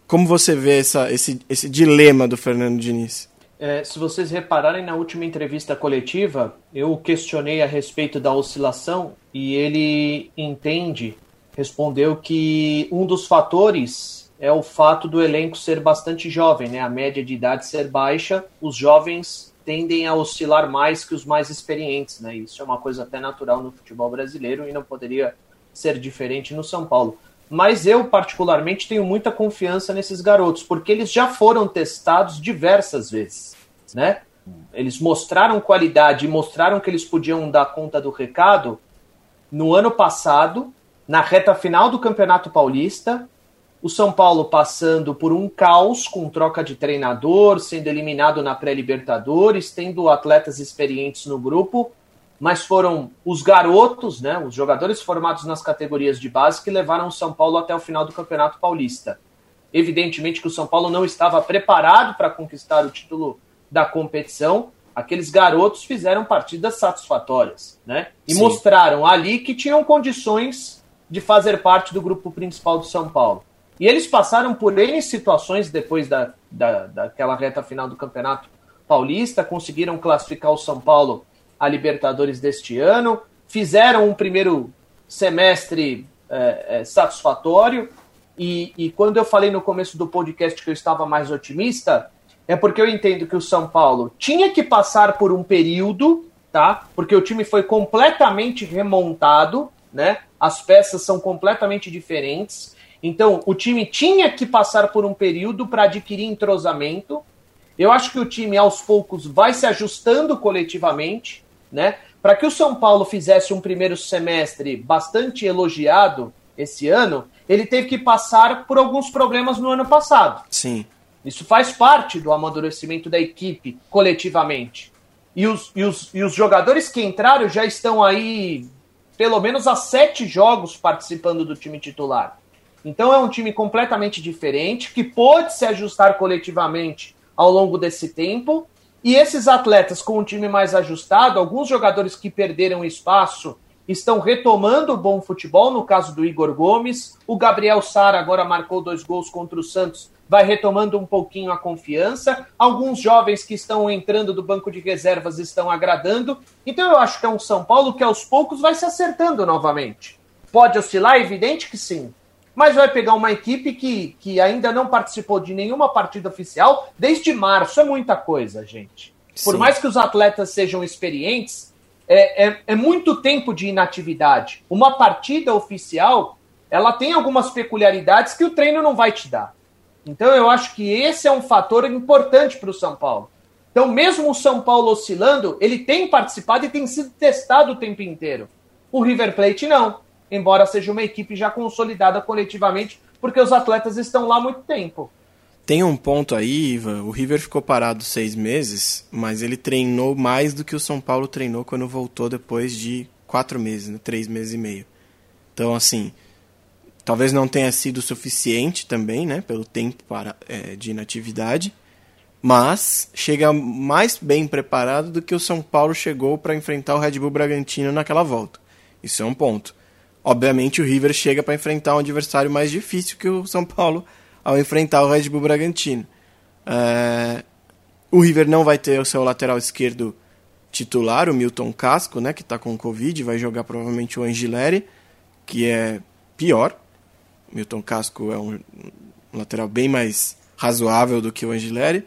B: Como você vê essa, esse, esse dilema do Fernando Diniz?
C: É, se vocês repararem na última entrevista coletiva, eu questionei a respeito da oscilação e ele entende, respondeu que um dos fatores é o fato do elenco ser bastante jovem, né? a média de idade ser baixa, os jovens tendem a oscilar mais que os mais experientes. Né? Isso é uma coisa até natural no futebol brasileiro e não poderia ser diferente no São Paulo mas eu particularmente tenho muita confiança nesses garotos, porque eles já foram testados diversas vezes, né? Eles mostraram qualidade e mostraram que eles podiam dar conta do recado no ano passado, na reta final do Campeonato Paulista, o São Paulo passando por um caos com troca de treinador, sendo eliminado na pré-libertadores, tendo atletas experientes no grupo, mas foram os garotos, né, os jogadores formados nas categorias de base que levaram o São Paulo até o final do Campeonato Paulista. Evidentemente que o São Paulo não estava preparado para conquistar o título da competição. Aqueles garotos fizeram partidas satisfatórias, né? E Sim. mostraram ali que tinham condições de fazer parte do grupo principal do São Paulo. E eles passaram por N situações depois da, da, daquela reta final do Campeonato Paulista, conseguiram classificar o São Paulo a Libertadores deste ano, fizeram um primeiro semestre é, é, satisfatório. E, e, quando eu falei no começo do podcast que eu estava mais otimista, é porque eu entendo que o São Paulo tinha que passar por um período, tá? Porque o time foi completamente remontado, né? As peças são completamente diferentes. Então, o time tinha que passar por um período para adquirir entrosamento. Eu acho que o time, aos poucos, vai se ajustando coletivamente. Né? Para que o São Paulo fizesse um primeiro semestre bastante elogiado esse ano, ele teve que passar por alguns problemas no ano passado.
B: Sim.
C: Isso faz parte do amadurecimento da equipe coletivamente. E os, e os, e os jogadores que entraram já estão aí, pelo menos, há sete jogos participando do time titular. Então é um time completamente diferente, que pôde se ajustar coletivamente ao longo desse tempo. E esses atletas com um time mais ajustado, alguns jogadores que perderam espaço estão retomando o bom futebol, no caso do Igor Gomes. O Gabriel Sara agora marcou dois gols contra o Santos, vai retomando um pouquinho a confiança. Alguns jovens que estão entrando do banco de reservas estão agradando. Então eu acho que é um São Paulo que aos poucos vai se acertando novamente. Pode oscilar, É evidente que sim. Mas vai pegar uma equipe que, que ainda não participou de nenhuma partida oficial desde março. É muita coisa, gente. Por
B: Sim.
C: mais que os atletas sejam experientes, é, é, é muito tempo de inatividade. Uma partida oficial, ela tem algumas peculiaridades que o treino não vai te dar. Então eu acho que esse é um fator importante para o São Paulo. Então, mesmo o São Paulo oscilando, ele tem participado e tem sido testado o tempo inteiro. O River Plate não embora seja uma equipe já consolidada coletivamente, porque os atletas estão lá há muito tempo.
B: Tem um ponto aí, Ivan, o River ficou parado seis meses, mas ele treinou mais do que o São Paulo treinou quando voltou depois de quatro meses, né? três meses e meio. Então, assim, talvez não tenha sido suficiente também, né, pelo tempo para, é, de inatividade, mas chega mais bem preparado do que o São Paulo chegou para enfrentar o Red Bull Bragantino naquela volta. Isso é um ponto. Obviamente o River chega para enfrentar um adversário mais difícil que o São Paulo ao enfrentar o Red Bull Bragantino. É, O River não vai ter o seu lateral esquerdo titular, o Milton Casco, né, que está com Covid, vai jogar provavelmente o Angileri, que é pior. O Milton Casco é um lateral bem mais razoável do que o Angileri.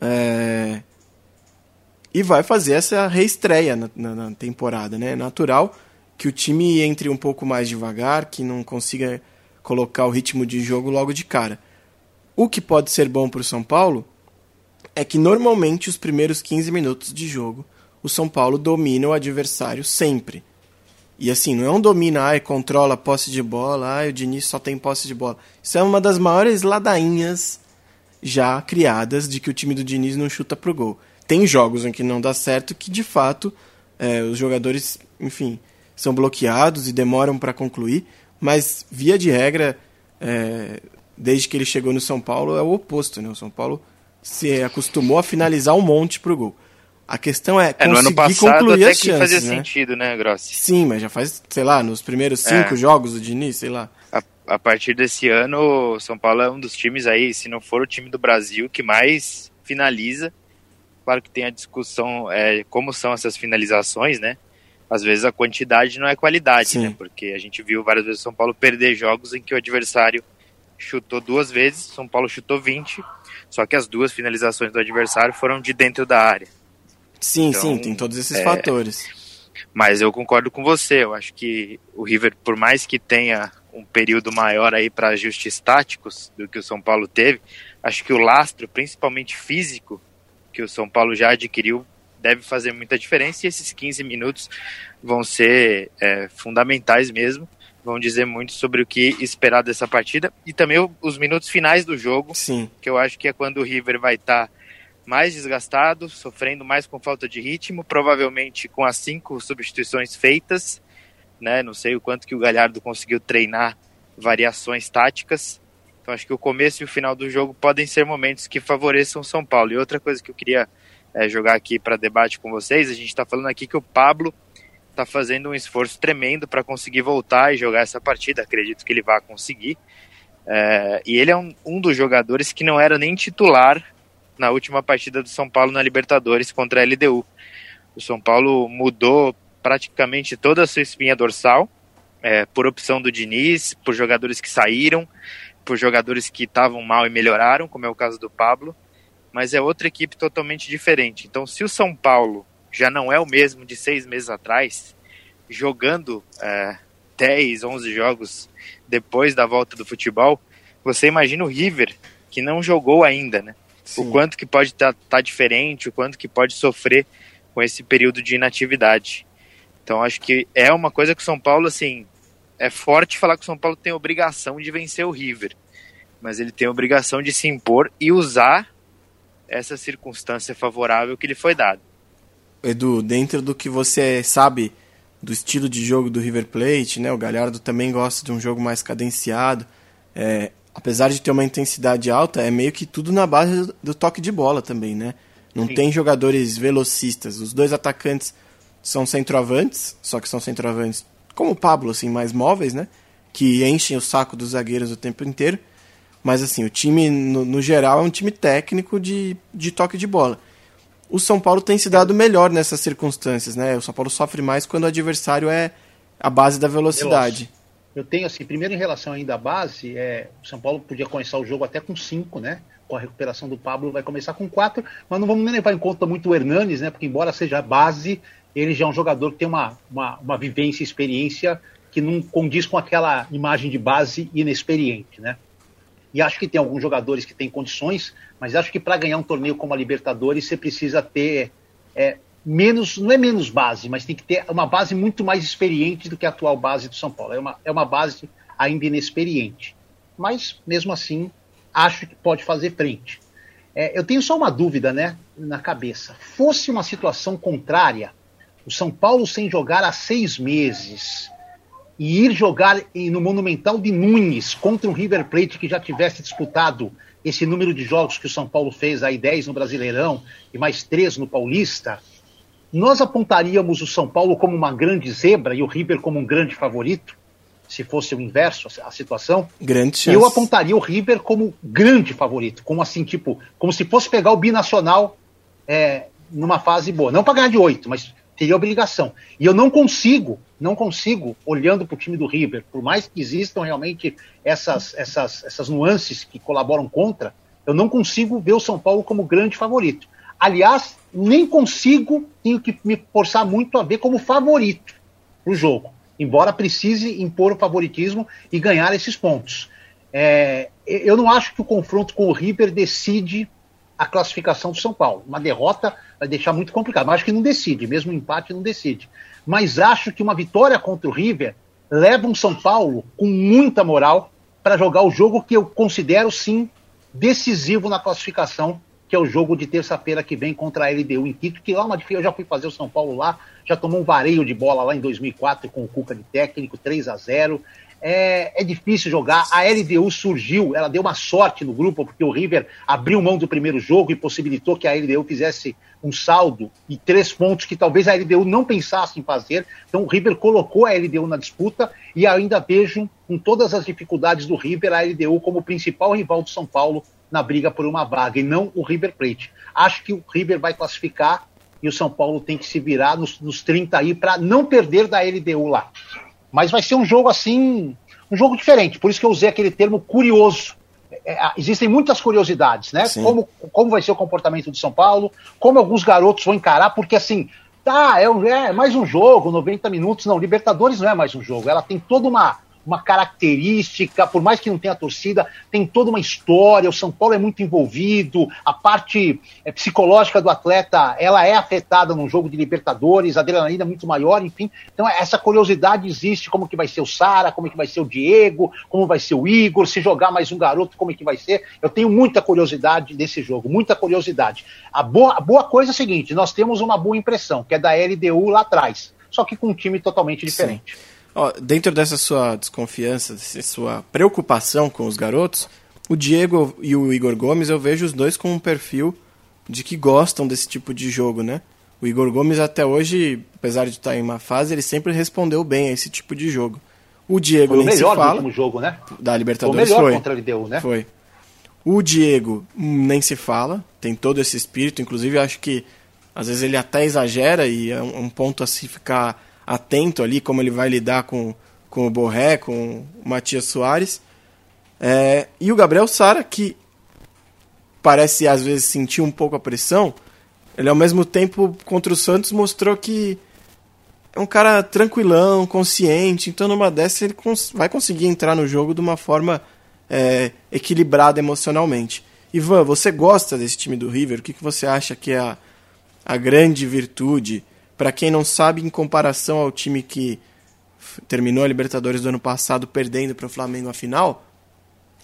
B: É, E vai fazer essa reestreia na, na- na temporada, né? É natural que o time entre um pouco mais devagar, que não consiga colocar o ritmo de jogo logo de cara. O que pode ser bom para o São Paulo é que normalmente os primeiros 15 minutos de jogo o São Paulo domina o adversário sempre. E assim, não é um domina, ai, controla a posse de bola, ai, o Diniz só tem posse de bola. Isso é uma das maiores ladainhas já criadas de que o time do Diniz não chuta pro gol. Tem jogos em que não dá certo que, de fato, é, os jogadores, enfim, são bloqueados e demoram para concluir, mas, via de regra, é, desde que ele chegou no São Paulo, é o oposto, né? O São Paulo se acostumou a finalizar um monte pro gol. A questão é
E: É,
B: conseguir
E: no ano passado
B: concluir
E: até
B: as
E: que fazia
B: chances, né?
E: sentido, né, Grossi?
B: Sim, mas já faz, sei lá, nos primeiros cinco
E: É.
B: jogos do Diniz, sei lá.
E: A, a partir desse ano, o São Paulo é um dos times aí, se não for o time do Brasil, que mais finaliza. Claro que tem a discussão é, como são essas finalizações, né? Às vezes a quantidade não é qualidade,
B: Sim.
E: né? Porque a gente viu várias vezes o São Paulo perder jogos em que o adversário chutou duas vezes, São Paulo chutou 20, só que as duas finalizações do adversário foram de dentro da área.
B: Sim,
E: Então,
B: sim, tem todos esses
E: é,
B: fatores.
E: Mas eu concordo com você. Eu acho que o River, por mais que tenha um período maior aí para ajustes táticos do que o São Paulo teve, acho que o lastro, principalmente físico, que o São Paulo já adquiriu, deve fazer muita diferença. E esses 15 minutos vão ser é, fundamentais mesmo. Vão dizer muito sobre o que esperar dessa partida e também o- os minutos finais do jogo
B: Sim,
E: que eu acho que é quando o River vai estar mais desgastado, sofrendo mais com falta de ritmo, provavelmente com as cinco substituições feitas, né? Não sei o quanto que o Galhardo conseguiu treinar variações táticas. Então acho que o começo e o final do jogo podem ser momentos que favoreçam o São Paulo. E outra coisa que eu queria eh, jogar aqui para debate com vocês, a gente está falando aqui que o Pablo está fazendo um esforço tremendo para conseguir voltar e jogar essa partida. Acredito que ele vai conseguir. É, e ele é um, um dos jogadores que não era nem titular na última partida do São Paulo na Libertadores contra a LDU. O São Paulo mudou praticamente toda a sua espinha dorsal, é, por opção do Diniz, por jogadores que saíram, por jogadores que estavam mal e melhoraram, como é o caso do Pablo, mas é outra equipe totalmente diferente. Então, se o São Paulo já não é o mesmo de seis meses atrás, jogando é, 10, 11 jogos depois da volta do futebol, você imagina o River, que não jogou ainda, né?
B: sim.
E: O quanto que pode estar diferente, o quanto que pode sofrer com esse período de inatividade. Então acho que é uma coisa que o São Paulo, assim, é forte falar que o São Paulo tem obrigação de vencer o River, mas ele tem obrigação de se impor e usar essa circunstância favorável que lhe foi dada.
B: Edu, dentro do que você sabe do estilo de jogo do River Plate, né? O Galhardo também gosta de um jogo mais cadenciado. É, apesar de ter uma intensidade alta, é meio que tudo na base do- do toque de bola também, né? Não
E: Sim.
B: tem jogadores velocistas. Os dois atacantes são centroavantes, só que são centroavantes como o Pablo, assim, mais móveis, né? Que enchem o saco dos zagueiros o tempo inteiro. Mas assim, o time, no, no geral, é um time técnico de, de toque de bola o São Paulo tem se dado melhor nessas circunstâncias, né? O São Paulo sofre mais quando o adversário é a base da velocidade.
D: Eu tenho assim, primeiro em relação ainda à base, é, o São Paulo podia começar o jogo até com cinco, né? Com a recuperação do Pablo vai começar com quatro, mas não vamos nem levar em conta muito o Hernanes, né? Porque embora seja a base, ele já é um jogador que tem uma, uma, uma vivência, experiência que não condiz com aquela imagem de base inexperiente, né? E acho que tem alguns jogadores que têm condições, mas acho que para ganhar um torneio como a Libertadores você precisa ter é, menos, não é menos base, mas tem que ter uma base muito mais experiente do que a atual base do São Paulo. É uma, é uma base ainda inexperiente. Mas, mesmo assim, acho que pode fazer frente. É, eu tenho só uma dúvida né, na cabeça. Fosse uma situação contrária, o São Paulo sem jogar há seis meses e ir jogar em- no Monumental de Nunes contra um River Plate que já tivesse disputado esse número de jogos que o São Paulo fez, aí 10 no Brasileirão e mais 3 no Paulista, nós apontaríamos o São Paulo como uma grande zebra e o River como um grande favorito, se fosse o inverso a- a situação.
B: Grande
D: E
B: chance.
D: Eu apontaria o River como grande favorito, como assim, tipo, como se fosse pegar o binacional é, numa fase boa. Não para ganhar de oito, mas teria obrigação. E eu não consigo, não consigo, olhando para o time do River, por mais que existam realmente essas, essas, essas nuances que colaboram contra, eu não consigo ver o São Paulo como grande favorito. Aliás, nem consigo, tenho que me forçar muito a ver como favorito para o jogo, embora precise impor o favoritismo e ganhar esses pontos. É, eu não acho que o confronto com o River decide a classificação do São Paulo. Uma derrota vai deixar muito complicado. Mas acho que não decide, mesmo um empate não decide. Mas acho que uma vitória contra o River leva um São Paulo com muita moral para jogar o jogo que eu considero sim decisivo na classificação, que é o jogo de terça-feira que vem contra a LDU em Quito, que lá uma eu já fui fazer o São Paulo lá, já tomou um vareio de bola lá em 2004 com o Cuca de técnico, 3 a 0. É, é, difícil jogar. A LDU surgiu, ela deu uma sorte no grupo, porque o River abriu mão do primeiro jogo e possibilitou que a LDU fizesse um saldo e três pontos que talvez a LDU não pensasse em fazer. Então o River colocou a LDU na disputa e ainda vejo, com todas as dificuldades do River, a LDU como principal rival do São Paulo na briga por uma vaga e não o River Plate. Acho que o River vai classificar e o São Paulo tem que se virar nos, nos 30 aí para não perder da LDU lá. Mas vai ser um jogo assim, um jogo diferente. Por isso que eu usei aquele termo curioso. É, existem muitas curiosidades, né?
B: Sim.
D: Como, como vai ser o comportamento do São Paulo, como alguns garotos vão encarar, porque assim, tá, é, um- é mais um jogo, 90 minutos, não, Libertadores não é mais um jogo, ela tem toda uma, uma característica, por mais que não tenha torcida, tem toda uma história, o São Paulo é muito envolvido, a parte é, psicológica do atleta, ela é afetada num jogo de Libertadores, a adrenalina é muito maior, enfim, então essa curiosidade existe, como que vai ser o Sara, como que vai ser o Diego, como vai ser o Igor, se jogar mais um garoto, como que vai ser, eu tenho muita curiosidade desse jogo, muita curiosidade. A boa, a boa coisa é a seguinte, nós temos uma boa impressão, que é da LDU lá atrás, só que com um time totalmente diferente.
B: Sim. Ó, dentro dessa sua desconfiança, dessa sua preocupação com os garotos, o Diego e o Igor Gomes, eu vejo os dois com um perfil de que gostam desse tipo de jogo, né? O Igor Gomes até hoje, apesar de estar em uma fase, ele sempre respondeu bem a esse tipo de jogo. O Diego
D: Foi o
B: nem se
D: melhor do
B: fala
D: último jogo, né?
B: da
D: Foi o
B: Libertadores
D: melhor
B: foi.
D: contra a LDU, né?
B: Foi. O Diego hum, nem se fala, tem todo esse espírito, inclusive acho que às vezes ele até exagera e é um, um ponto a se ficar atento ali, como ele vai lidar com, com o Borré, com o Matias Soares. É, e o Gabriel Sara, que parece às vezes sentir um pouco a pressão, ele ao mesmo tempo contra o Santos mostrou que é um cara tranquilão, consciente, então numa dessa ele cons- vai conseguir entrar no jogo de uma forma é, equilibrada emocionalmente. Ivan, você gosta desse time do River? O que, que você acha que é a, a grande virtude? Para quem não sabe, em comparação ao time que f- terminou a Libertadores do ano passado perdendo para o Flamengo a final,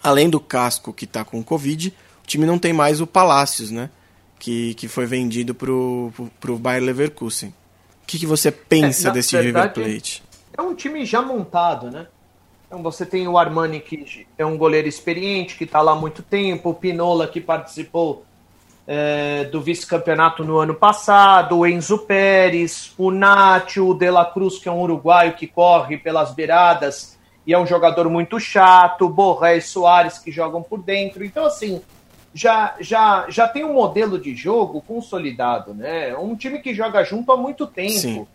B: além do Casco que está com Covid, o time não tem mais o Palácios, né? Que, que foi vendido para o Bayer Leverkusen. O que, que você pensa
C: É, na
B: desse
C: verdade,
B: River Plate?
C: É um time já montado, né? Então você tem o Armani, que é um goleiro experiente, que está lá há muito tempo, o Pinola, que participou eh, do vice-campeonato no ano passado, o Enzo Pérez, o Nátio, o De La Cruz, que é um uruguaio que corre pelas beiradas e é um jogador muito chato, o Borré e Soares, que jogam por dentro. Então, assim, já, já, já tem um modelo de jogo consolidado, né? Um time que joga junto há muito tempo.
B: Sim.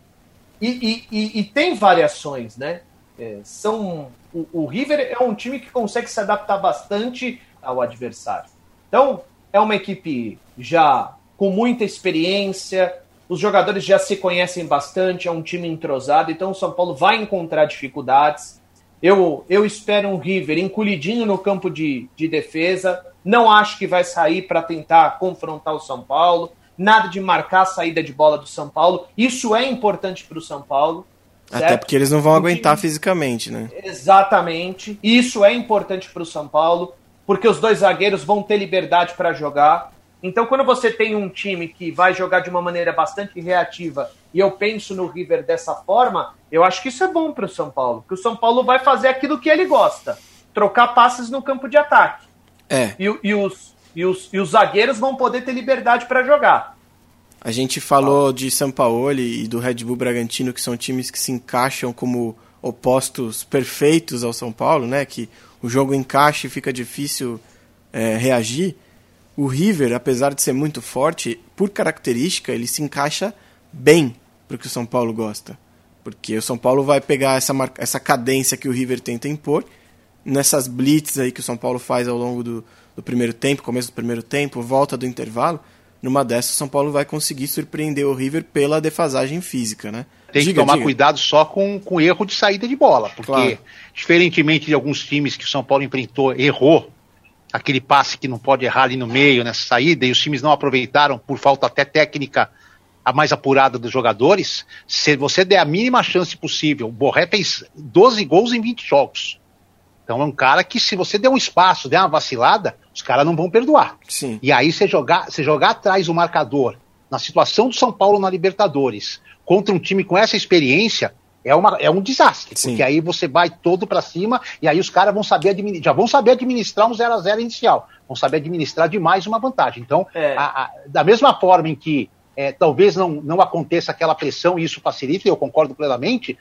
C: E, e- e- e tem variações, né? É, são o, o River é um time que consegue se adaptar bastante ao adversário. Então é uma equipe já com muita experiência, os jogadores já se conhecem bastante, é um time entrosado, então o São Paulo vai encontrar dificuldades. Eu, eu espero um River encolhidinho no campo de, de defesa. Não acho que vai sair para tentar confrontar o São Paulo. Nada de marcar a saída de bola do São Paulo. Isso é importante para o São Paulo.
B: Até
C: certo?
B: porque eles não vão
C: Um
B: aguentar
C: time-
B: fisicamente, né?
C: Exatamente. Isso é importante para o São Paulo, porque os dois zagueiros vão ter liberdade para jogar. Então, quando você tem um time que vai jogar de uma maneira bastante reativa, e eu penso no River dessa forma, eu acho que isso é bom para o São Paulo, porque o São Paulo vai fazer aquilo que ele gosta: trocar passes no campo de ataque.
B: É,
C: E, o- e os, e, os, e os zagueiros vão poder ter liberdade para jogar.
B: a gente falou de Sampaoli e do Red Bull Bragantino, que são times que se encaixam como opostos perfeitos ao São Paulo, né? Que o jogo encaixa e fica difícil é, reagir. o River, apesar de ser muito forte, por característica, ele se encaixa bem para o que o São Paulo gosta. Porque o São Paulo vai pegar essa, marca, essa cadência que o River tenta impor, nessas blitz aí que o São Paulo faz ao longo do, do primeiro tempo, começo do primeiro tempo, volta do intervalo, numa dessas o São Paulo vai conseguir surpreender o River pela defasagem física, né?
D: Tem que
B: Diga,
D: tomar
B: diga.
D: cuidado só com, com erro de saída de bola, porque
B: Claro.
D: diferentemente de alguns times que o São Paulo enfrentou, errou aquele passe que não pode errar ali no meio nessa saída, e os times não aproveitaram por falta até técnica a mais apurada dos jogadores. Se você der a mínima chance possível, o Borré fez 12 gols em 20 jogos. Então é um cara que, se você der um espaço, der uma vacilada, os caras não vão perdoar.
B: Sim.
D: E aí você jogar, você jogar atrás o marcador, na situação do São Paulo na Libertadores, contra um time com essa experiência, é, uma, é um desastre.
B: Sim.
D: Porque aí você vai todo pra cima e aí os caras vão saber admini- já vão saber administrar um 0 a 0 inicial. Vão saber administrar demais uma vantagem. Então,
C: É.
D: a- a- da mesma forma em que é, talvez não, não aconteça aquela pressão e isso facilita, eu concordo plenamente,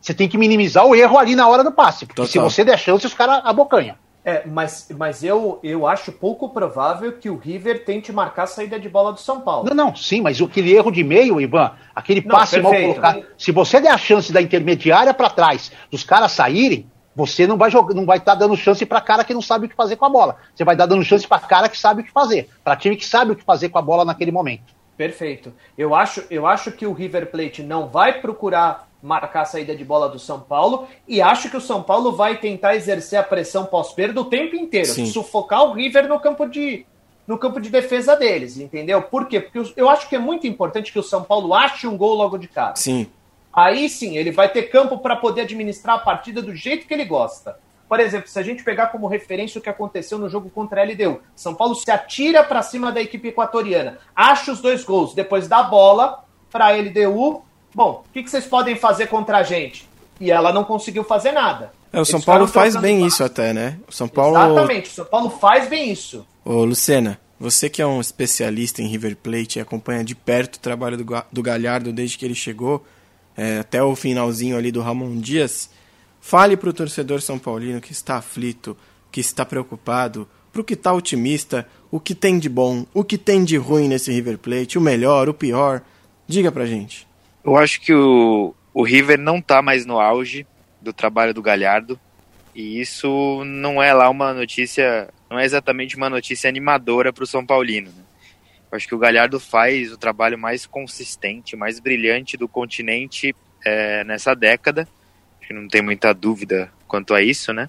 D: você tem que minimizar o erro ali na hora do passe. Porque se
B: Total.
D: você der chance, os caras abocanham.
C: É, mas, mas eu, eu acho pouco provável que o River tente marcar a saída de bola do São Paulo.
D: Não, não, sim, mas aquele erro de meio, Ivan, aquele
C: Não,
D: passe mal
C: perfeito.
D: colocado. Se você der a chance da intermediária pra trás, dos caras saírem, você não vai jogar, não vai estar dando chance pra cara que não sabe o que fazer com a bola. Você vai dar dando chance pra cara que sabe o que fazer, pra time que sabe o que fazer com a bola naquele momento.
C: Perfeito. Eu acho, eu acho que o River Plate não vai procurar marcar a saída de bola do São Paulo e acho que o São Paulo vai tentar exercer a pressão pós-perda o tempo inteiro,
B: Sim.
C: sufocar o River no campo de no campo de defesa deles, entendeu? Por quê? Porque os- eu acho que é muito importante que o São Paulo ache um gol logo de cara.
B: Sim.
C: Aí sim, ele vai ter campo para poder administrar a partida do jeito que ele gosta. Por exemplo, se a gente pegar como referência o que aconteceu no jogo contra a LDU, São Paulo se atira para cima da equipe equatoriana, acha os dois gols, depois dá a bola para a LDU. Bom, o que, que vocês podem fazer contra a gente? E ela não conseguiu fazer nada.
B: É, o
C: Eles
B: São Paulo
C: ficaram
B: faz
C: trocando
B: bem
C: passe.
B: isso até, né? O São Paulo.
C: Exatamente, o São Paulo faz bem isso.
B: Ô, Lucena, você que é um especialista em River Plate e acompanha de perto o trabalho do, Ga- do Galhardo desde que ele chegou, é, até o finalzinho ali do Ramon Dias, fale pro torcedor São Paulino que está aflito, que está preocupado, pro que está otimista, o que tem de bom, o que tem de ruim nesse River Plate, o melhor, o pior. Diga pra gente.
E: Eu acho que o, o River não tá mais no auge do trabalho do Galhardo. E isso não é lá uma notícia, não é exatamente uma notícia animadora para o São Paulino. né? Eu acho que o Galhardo faz o trabalho mais consistente, mais brilhante do continente eh, nessa década. Acho que não tem muita dúvida quanto a isso, né?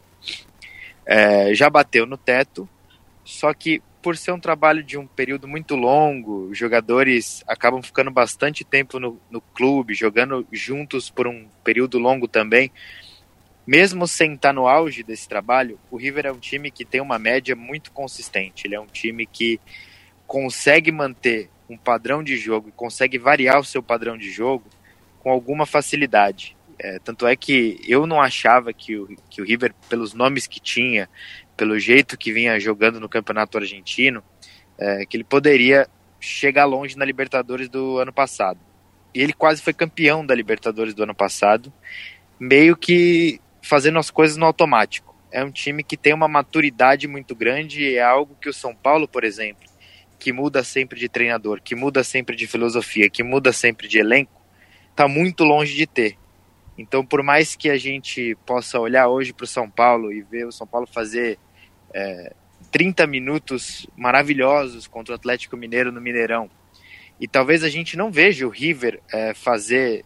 E: Eh, já bateu no teto, só que por ser um trabalho de um período muito longo, os jogadores acabam ficando bastante tempo no, no clube, jogando juntos por um período longo também. Mesmo sem estar no auge desse trabalho, o River é um time que tem uma média muito consistente. Ele é um time que consegue manter um padrão de jogo e consegue variar o seu padrão de jogo com alguma facilidade. É, tanto é que eu não achava que o, que o River, pelos nomes que tinha, pelo jeito que vinha jogando no campeonato argentino, é, que ele poderia chegar longe na Libertadores do ano passado. E ele quase foi campeão da Libertadores do ano passado, meio que fazendo as coisas no automático. É um time que tem uma maturidade muito grande e é algo que o São Paulo, por exemplo, que muda sempre de treinador, que muda sempre de filosofia, que muda sempre de elenco, está muito longe de ter. Então, por mais que a gente possa olhar hoje para o São Paulo e ver o São Paulo fazer é, 30 minutos maravilhosos contra o Atlético Mineiro no Mineirão, e talvez a gente não veja o River é, fazer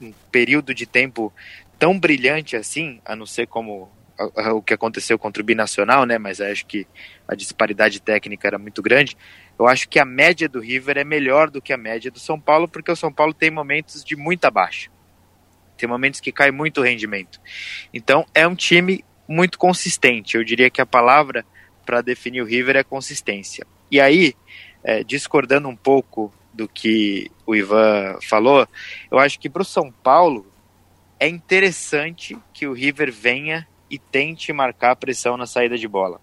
E: um período de tempo tão brilhante assim, a não ser como a- a- o que aconteceu contra o Binacional, né? Mas acho que a disparidade técnica era muito grande. Eu acho que a média do River é melhor do que a média do São Paulo, porque o São Paulo tem momentos de muita baixa. Tem momentos que cai muito o rendimento. Então é um time muito consistente. Eu diria que a palavra para definir o River é consistência. E aí, eh, discordando um pouco do que o Ivan falou, eu acho que para o São Paulo é interessante que o River venha e tente marcar a pressão na saída de bola.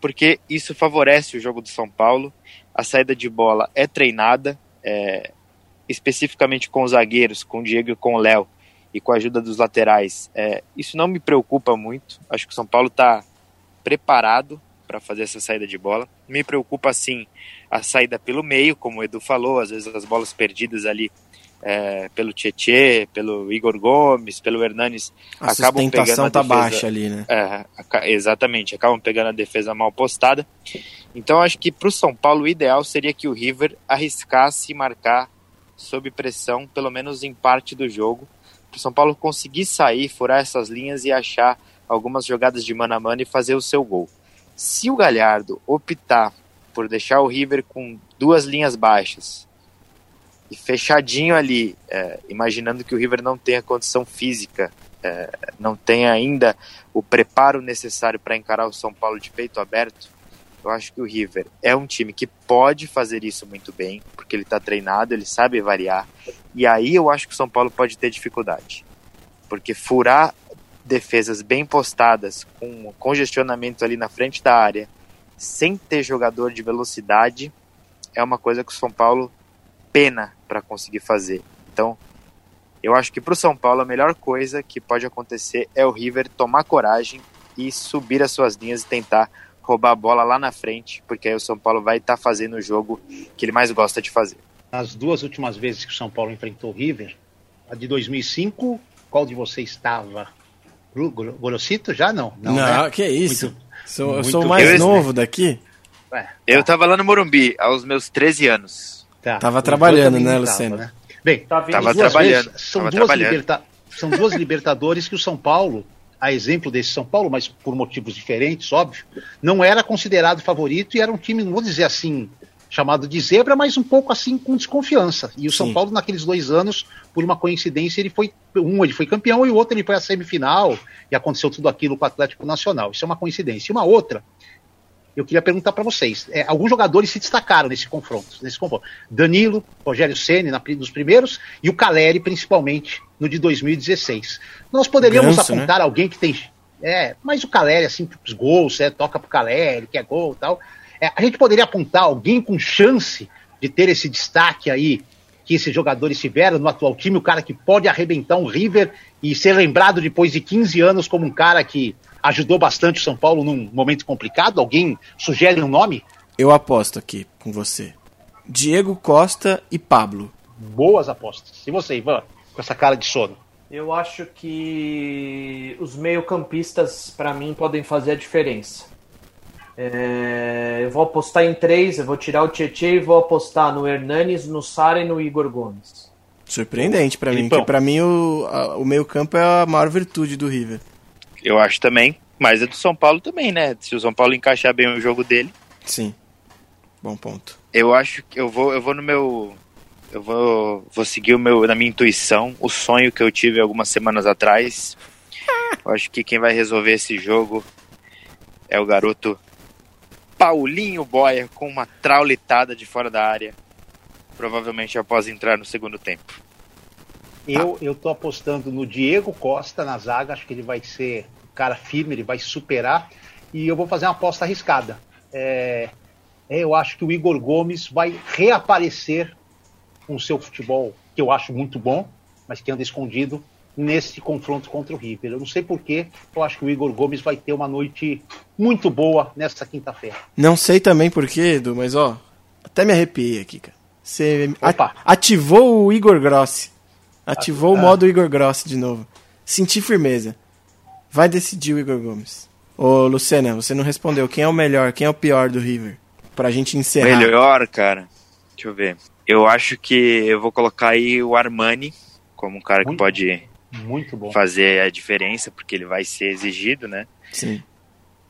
E: Porque isso favorece o jogo do São Paulo. A saída de bola é treinada, eh, especificamente com os zagueiros, com o Diego e com o Léo e com a ajuda dos laterais. É, isso não me preocupa muito. Acho que o São Paulo está tá preparado para fazer essa saída de bola. Me preocupa, sim, a saída pelo meio, como o Edu falou, às vezes as bolas perdidas ali é, pelo Tietê, pelo Igor Gomes, pelo Hernanes,
B: A
E: acabam pegando
B: sustentação
E: a
B: tá
E: defesa-
B: baixa ali, né?
E: é, aca- exatamente, acabam pegando a defesa mal postada. Então acho que para o São Paulo o ideal seria que o River arriscasse marcar sob pressão, pelo menos em parte do jogo, para o São Paulo conseguir sair, furar essas linhas e achar algumas jogadas de mano a mano e fazer o seu gol. Se o Galhardo optar por deixar o River com duas linhas baixas e fechadinho ali, é, imaginando que o River não tenha condição física, é, não tenha ainda o preparo necessário para encarar o São Paulo de peito aberto, eu acho que o River é um time que pode fazer isso muito bem, porque ele está treinado, ele sabe variar. E aí eu acho que o São Paulo pode ter dificuldade. Porque furar defesas bem postadas, com um congestionamento ali na frente da área, sem ter jogador de velocidade, é uma coisa que o São Paulo pena para conseguir fazer. Então, eu acho que para o São Paulo a melhor coisa que pode acontecer é o River tomar coragem e subir as suas linhas e tentar roubar a bola lá na frente, porque aí o São Paulo vai estar fazendo o jogo que ele mais gosta de fazer.
D: As duas últimas vezes que o São Paulo enfrentou o River, a de 2005, qual de vocês estava? Gro- Gro- Gorocito já não?
B: Não,
D: né?
B: que isso.
D: Muito-
B: sou, eu
D: muito
B: sou o mais
E: bem.
B: novo daqui.
D: É,
E: Eu estava lá no Morumbi aos meus 13 anos.
D: tá.
B: Tava
D: Eu
B: trabalhando,
D: também
B: né,
D: tava,
B: Luciano?
D: né? Bem,
C: Tá vindo
E: Tava
C: duas-
E: atrás. trabalhando,
D: vezes- são,
E: tava
D: duas
E: trabalhando.
D: liberta- são duas Libertadores que o São Paulo, a exemplo desse São Paulo, mas por motivos diferentes, óbvio, não era considerado favorito e era um time, não vou dizer assim, chamado de zebra, mas um pouco assim com desconfiança. E o São
B: Sim.
D: Paulo, naqueles dois anos, por uma coincidência, ele foi. Um ele foi campeão e o outro ele foi à semifinal e aconteceu tudo aquilo com o Atlético Nacional. Isso é uma coincidência. E uma outra. Eu queria perguntar para vocês. é, alguns jogadores se destacaram nesse confronto, nesse confronto. Danilo, Rogério Ceni na pri- nos primeiros e o Caleri principalmente no de 2016. Nós poderíamos
B: Ganso, né?
D: apontar alguém que tem, é, mas o Caleri assim os gols, é, toca pro Caleri, que é gol, e tal. É, a gente poderia apontar alguém com chance de ter esse destaque aí que esses jogadores tiveram no atual time, o cara que pode arrebentar um River e ser lembrado depois de 15 anos como um cara que ajudou bastante o São Paulo num momento complicado? Alguém sugere um nome?
B: Eu aposto aqui com você. Diego Costa e Pablo.
D: Boas apostas. E você, Ivan, com essa cara de sono?
C: Eu acho que os meio-campistas, pra mim, podem fazer a diferença. É, eu vou apostar em três, eu vou tirar o Tietchan e vou apostar no Hernanes, no Sara e no Igor Gomes.
B: Surpreendente pra mim,
D: Filipão.
B: porque pra mim o, a- o meio-campo é a maior virtude do River.
E: Eu acho também, mas é do São Paulo também, né? Se o São Paulo encaixar bem o jogo dele,
B: Sim. Bom ponto.
E: eu acho que eu vou, eu vou no meu eu vou, vou seguir o meu na minha intuição, o sonho que eu tive algumas
D: [LAUGHS]
E: semanas atrás. Eu acho que quem vai resolver esse jogo é o garoto Paulinho Boia com uma traulitada de fora da área, provavelmente após entrar no segundo tempo.
D: Eu, eu tô apostando no Diego Costa na zaga, acho que ele vai ser um cara firme, ele vai superar. E eu vou fazer uma aposta arriscada. É, é, eu acho que o Igor Gomes vai reaparecer com o seu futebol, que eu acho muito bom, mas que anda escondido, nesse confronto contra o River. Eu não sei porquê, eu acho que o Igor Gomes vai ter uma noite muito boa nesta quinta-feira.
B: Não sei também porquê, Edu, mas ó, até me arrepiei aqui, cara. Você a-
D: Opa.
B: ativou o Igor Grossi. Ativou
E: Ah.
B: o modo Igor Grossi de novo. Senti firmeza. Vai decidir o Igor Gomes. Ô, Lucena, você não respondeu. Quem é o melhor, quem é o pior do River? Pra gente encerrar.
E: Melhor, cara. Deixa eu ver. Eu acho que eu vou colocar aí o Armani como um cara que
D: Muito
E: pode
D: Muito bom.
E: fazer a diferença, porque ele vai ser exigido, né?
B: Sim.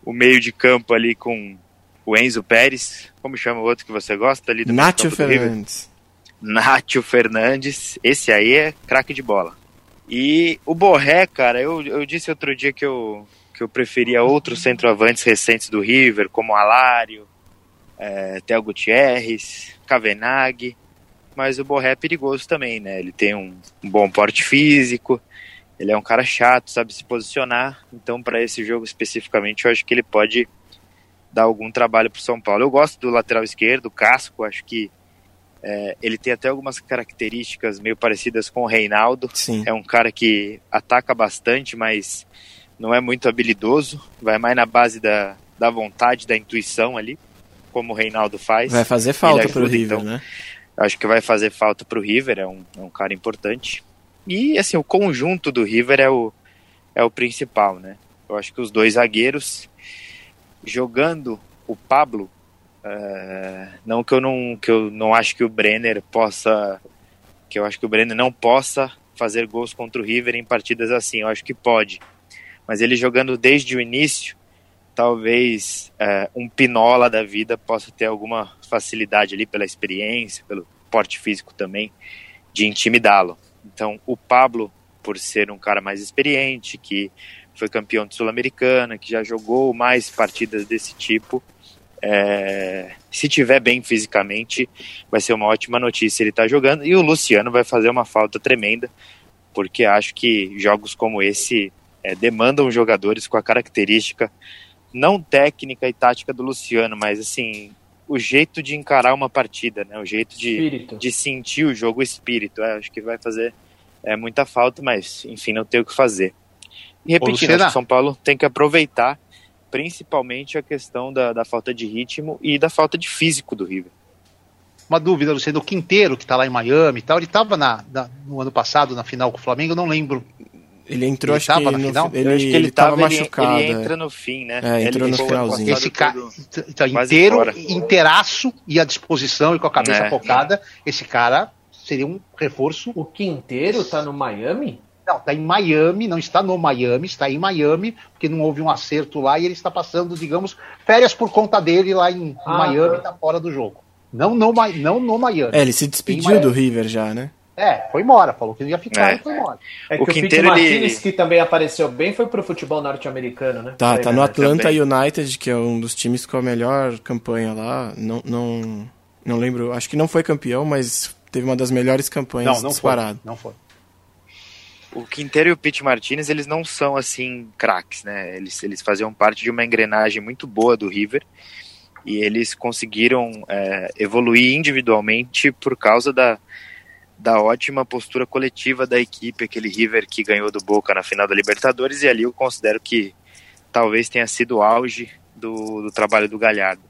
E: o meio de campo ali com o Enzo Pérez, como chama o outro que você gosta ali do meio
B: Nacho
E: campo do River?
B: Fernandes.
E: Nátio Fernandes, esse aí é craque de bola. E o Borré, cara, eu, eu disse outro dia que eu, que eu preferia outros centroavantes recentes do River, como Alário, é, Theo Gutierrez, Kavenag, mas o Borré é perigoso também, né? Ele tem um, um bom porte físico, ele é um cara chato, sabe se posicionar, então para esse jogo especificamente eu acho que ele pode dar algum trabalho pro São Paulo. Eu gosto do lateral esquerdo, o Casco, acho que ele tem até algumas características meio parecidas com o Reinaldo.
B: Sim.
E: É um cara que ataca bastante, mas não é muito habilidoso. Vai mais na base da, da vontade, da intuição ali, como o Reinaldo faz.
B: Vai fazer falta
E: Ele
B: pro
E: ajuda,
B: River,
E: então.
B: né?
E: Acho que vai fazer falta pro River, é um, é um cara importante. E assim, o conjunto do River é o, é o principal, né? Eu acho que os dois zagueiros jogando o Pablo, eh, não que eu não que eu não acho que o Brenner possa que eu acho que o Brenner não possa fazer gols contra o River em partidas assim, eu acho que pode. Mas ele jogando desde o início, talvez eh, um Pinola da vida possa ter alguma facilidade ali pela experiência, pelo porte físico também, de intimidá-lo. Então, o Pablo, por ser um cara mais experiente, que foi campeão de Sul-Americana, que já jogou mais partidas desse tipo, é, se tiver bem fisicamente, vai ser uma ótima notícia ele estar jogando. E o Luciano vai fazer uma falta tremenda, porque acho que jogos como esse é, demandam jogadores com a característica não técnica e tática do Luciano, mas assim o jeito de encarar uma partida, né? O jeito de
C: Espírito.
E: de sentir o jogo, o espírito. É, acho que vai fazer é, muita falta, mas enfim, não tem o que fazer. E repetindo,
D: Lucena.
E: acho que o São Paulo tem que aproveitar principalmente a questão da, da falta de ritmo e da falta de físico do River.
D: Uma dúvida, Luciano, o Quinteiro, que tá lá em Miami e tal, ele tava na, na- no ano passado na final com o Flamengo, eu não lembro.
B: Ele entrou,
D: Ele
B: acho,
D: tava
B: que
D: na
B: no-
D: final?
B: ele,
E: Eu acho que
B: ele tava
E: ele-
B: machucado.
E: Ele,
B: é.
E: entra no fim, né?
B: É, entrou no
E: ele ficou o ano
B: finalzinho.
E: passado
D: Esse cara,
E: todo-
D: então,
E: quase
D: inteiro,
E: fora.
D: inteiraço e à disposição e com a cabeça
E: É.
D: focada, esse cara seria um reforço.
C: O Quinteiro tá no Miami?
D: Não, tá em Miami, não está no Miami, está em Miami, porque não houve um acerto lá e ele está passando, digamos, férias por conta dele lá em
C: Ah,
D: Miami, tá fora do jogo. Não no, Mi- não no Miami.
B: É, ele se despediu
D: Miami.
B: do River já, né?
D: É. foi embora, falou que não ia ficar
E: É.
D: e foi embora.
C: É
E: O
C: que o Pete
E: Quinteiro, ele-
C: Martinez, que também apareceu bem, foi pro futebol norte-americano, né?
B: Tá,
C: Foi,
B: tá
C: né?
B: no Atlanta
E: também.
B: United, que é um dos times com a melhor campanha lá. Não, não, não lembro, acho que não foi campeão, mas teve uma das melhores campanhas
D: Não, não foi.
B: disparado.
D: Não foi.
E: O Quinteiro e o Pete Martinez, eles não são assim craques, né? Eles, eles faziam parte de uma engrenagem muito boa do River e eles conseguiram é, evoluir individualmente por causa da, da ótima postura coletiva da equipe, aquele River que ganhou do Boca na final da Libertadores e ali eu considero que talvez tenha sido o auge do, do trabalho do Galhardo.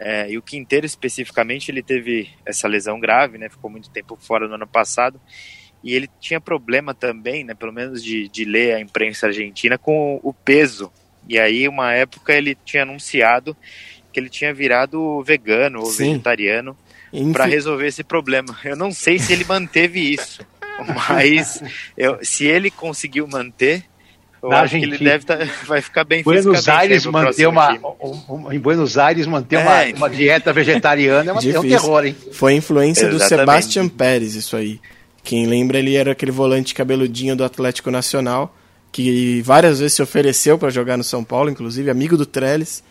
E: É, e o Quinteiro especificamente, ele teve essa lesão grave, né? Ficou muito tempo fora no ano passado e ele tinha problema também, né, pelo menos de, de ler a imprensa argentina, com o peso. E aí, uma época, ele tinha anunciado que ele tinha virado vegano ou
B: Sim.
E: vegetariano
B: Infi-
E: para resolver esse problema. Eu não sei se ele manteve isso, mas eu- se ele conseguiu manter, eu
D: Na
E: acho que ele
D: Argentina.
E: deve tá, [LAUGHS] vai ficar bem
D: Buenos
E: fisicamente aí
D: Aires
E: pro
D: manter
E: próximo
D: uma,
E: time.
D: um- um- em Buenos Aires manter
E: É.
D: uma, uma dieta vegetariana é, uma, é um
B: Difícil.
D: terror, hein?
B: Foi a influência do
E: Exatamente.
B: Sebastian Pérez, isso aí. Quem lembra, ele era aquele volante cabeludinho do Atlético Nacional, que várias vezes se ofereceu para jogar no São Paulo, inclusive amigo do Trellis.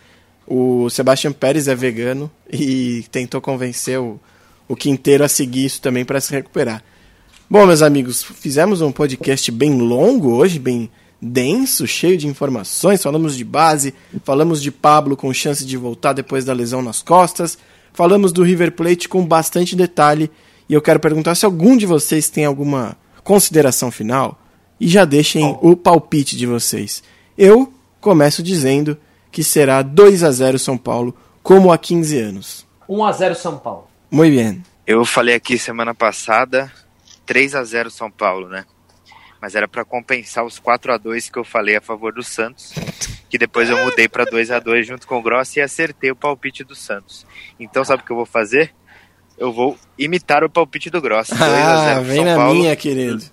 B: O Sebastian Pérez é vegano e tentou convencer o, o Quinteiro a seguir isso também para se recuperar. Bom, meus amigos, fizemos um podcast bem longo hoje, bem denso, cheio de informações. Falamos de base, falamos de Pablo com chance de voltar depois da lesão nas costas, falamos do River Plate com bastante detalhe. E eu quero perguntar se algum de vocês tem alguma consideração final e já deixem o palpite de vocês. Eu começo dizendo que será 2 a 0 São Paulo, como há 15 anos.
C: 1x0 São Paulo.
B: Muito bem.
E: Eu falei aqui semana passada, 3 a 0 São Paulo, né? Mas era pra compensar os 4 a 2 que eu falei a favor do Santos, que depois eu mudei pra 2 a 2 junto com o Grossi e acertei o palpite do Santos. Então sabe o que eu vou fazer? Eu vou imitar o palpite do Grossi. 2 a 0
B: Ah,
E: pro
B: vem
E: São
B: na
E: Paulo.
B: minha, querido.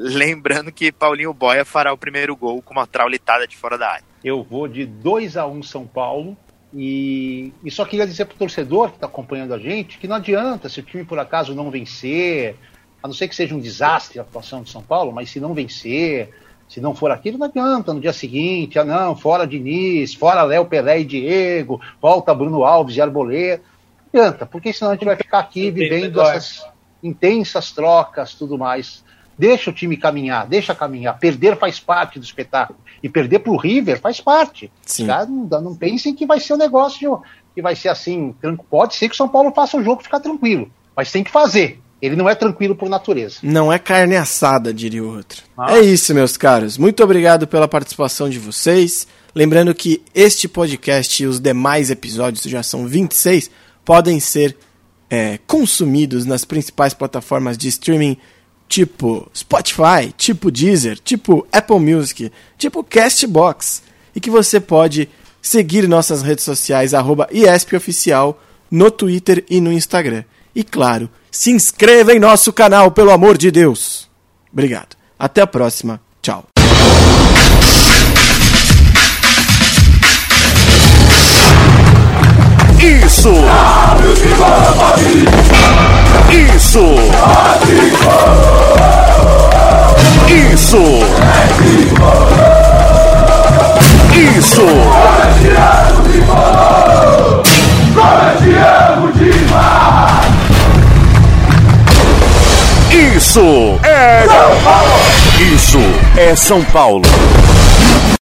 E: Lembrando que Paulinho Boia fará o primeiro gol com uma traulitada de fora da área.
D: Eu vou de 2 a 1 um São Paulo. E, e só queria dizer pro torcedor que está acompanhando a gente que não adianta se o time por acaso não vencer, a não ser que seja um desastre a atuação de São Paulo, mas se não vencer, se não for aquilo, não adianta no dia seguinte, ah não, fora Diniz, fora Léo Pelé e Diego, volta Bruno Alves e Arboleda. Não adianta, porque senão a gente vai ficar aqui vivendo essas intensas trocas tudo mais. Deixa o time caminhar, deixa caminhar. Perder faz parte do espetáculo. E perder pro River faz parte.
B: Sim.
D: Tá? Não, dá- não pensem que vai ser um negócio que vai ser assim. tranqu- Pode ser que o São Paulo faça o jogo ficar tranquilo. Mas tem que fazer. Ele não é tranquilo por natureza.
B: Não é carne assada, diria o outro. É isso, meus caros. Muito obrigado pela participação de vocês. Lembrando que este podcast e os demais episódios, já são 26, podem ser é, consumidos nas principais plataformas de streaming, tipo Spotify, tipo Deezer, tipo Apple Music, tipo Castbox. E que você pode seguir nossas redes sociais, arroba IESPOficial, no Twitter e no Instagram. E claro, se inscreva em nosso canal, pelo amor de Deus! Obrigado. Até a próxima. Tchau.
A: Isso! Isso! Isso! Isso! Isso é São Paulo! Isso é São Paulo!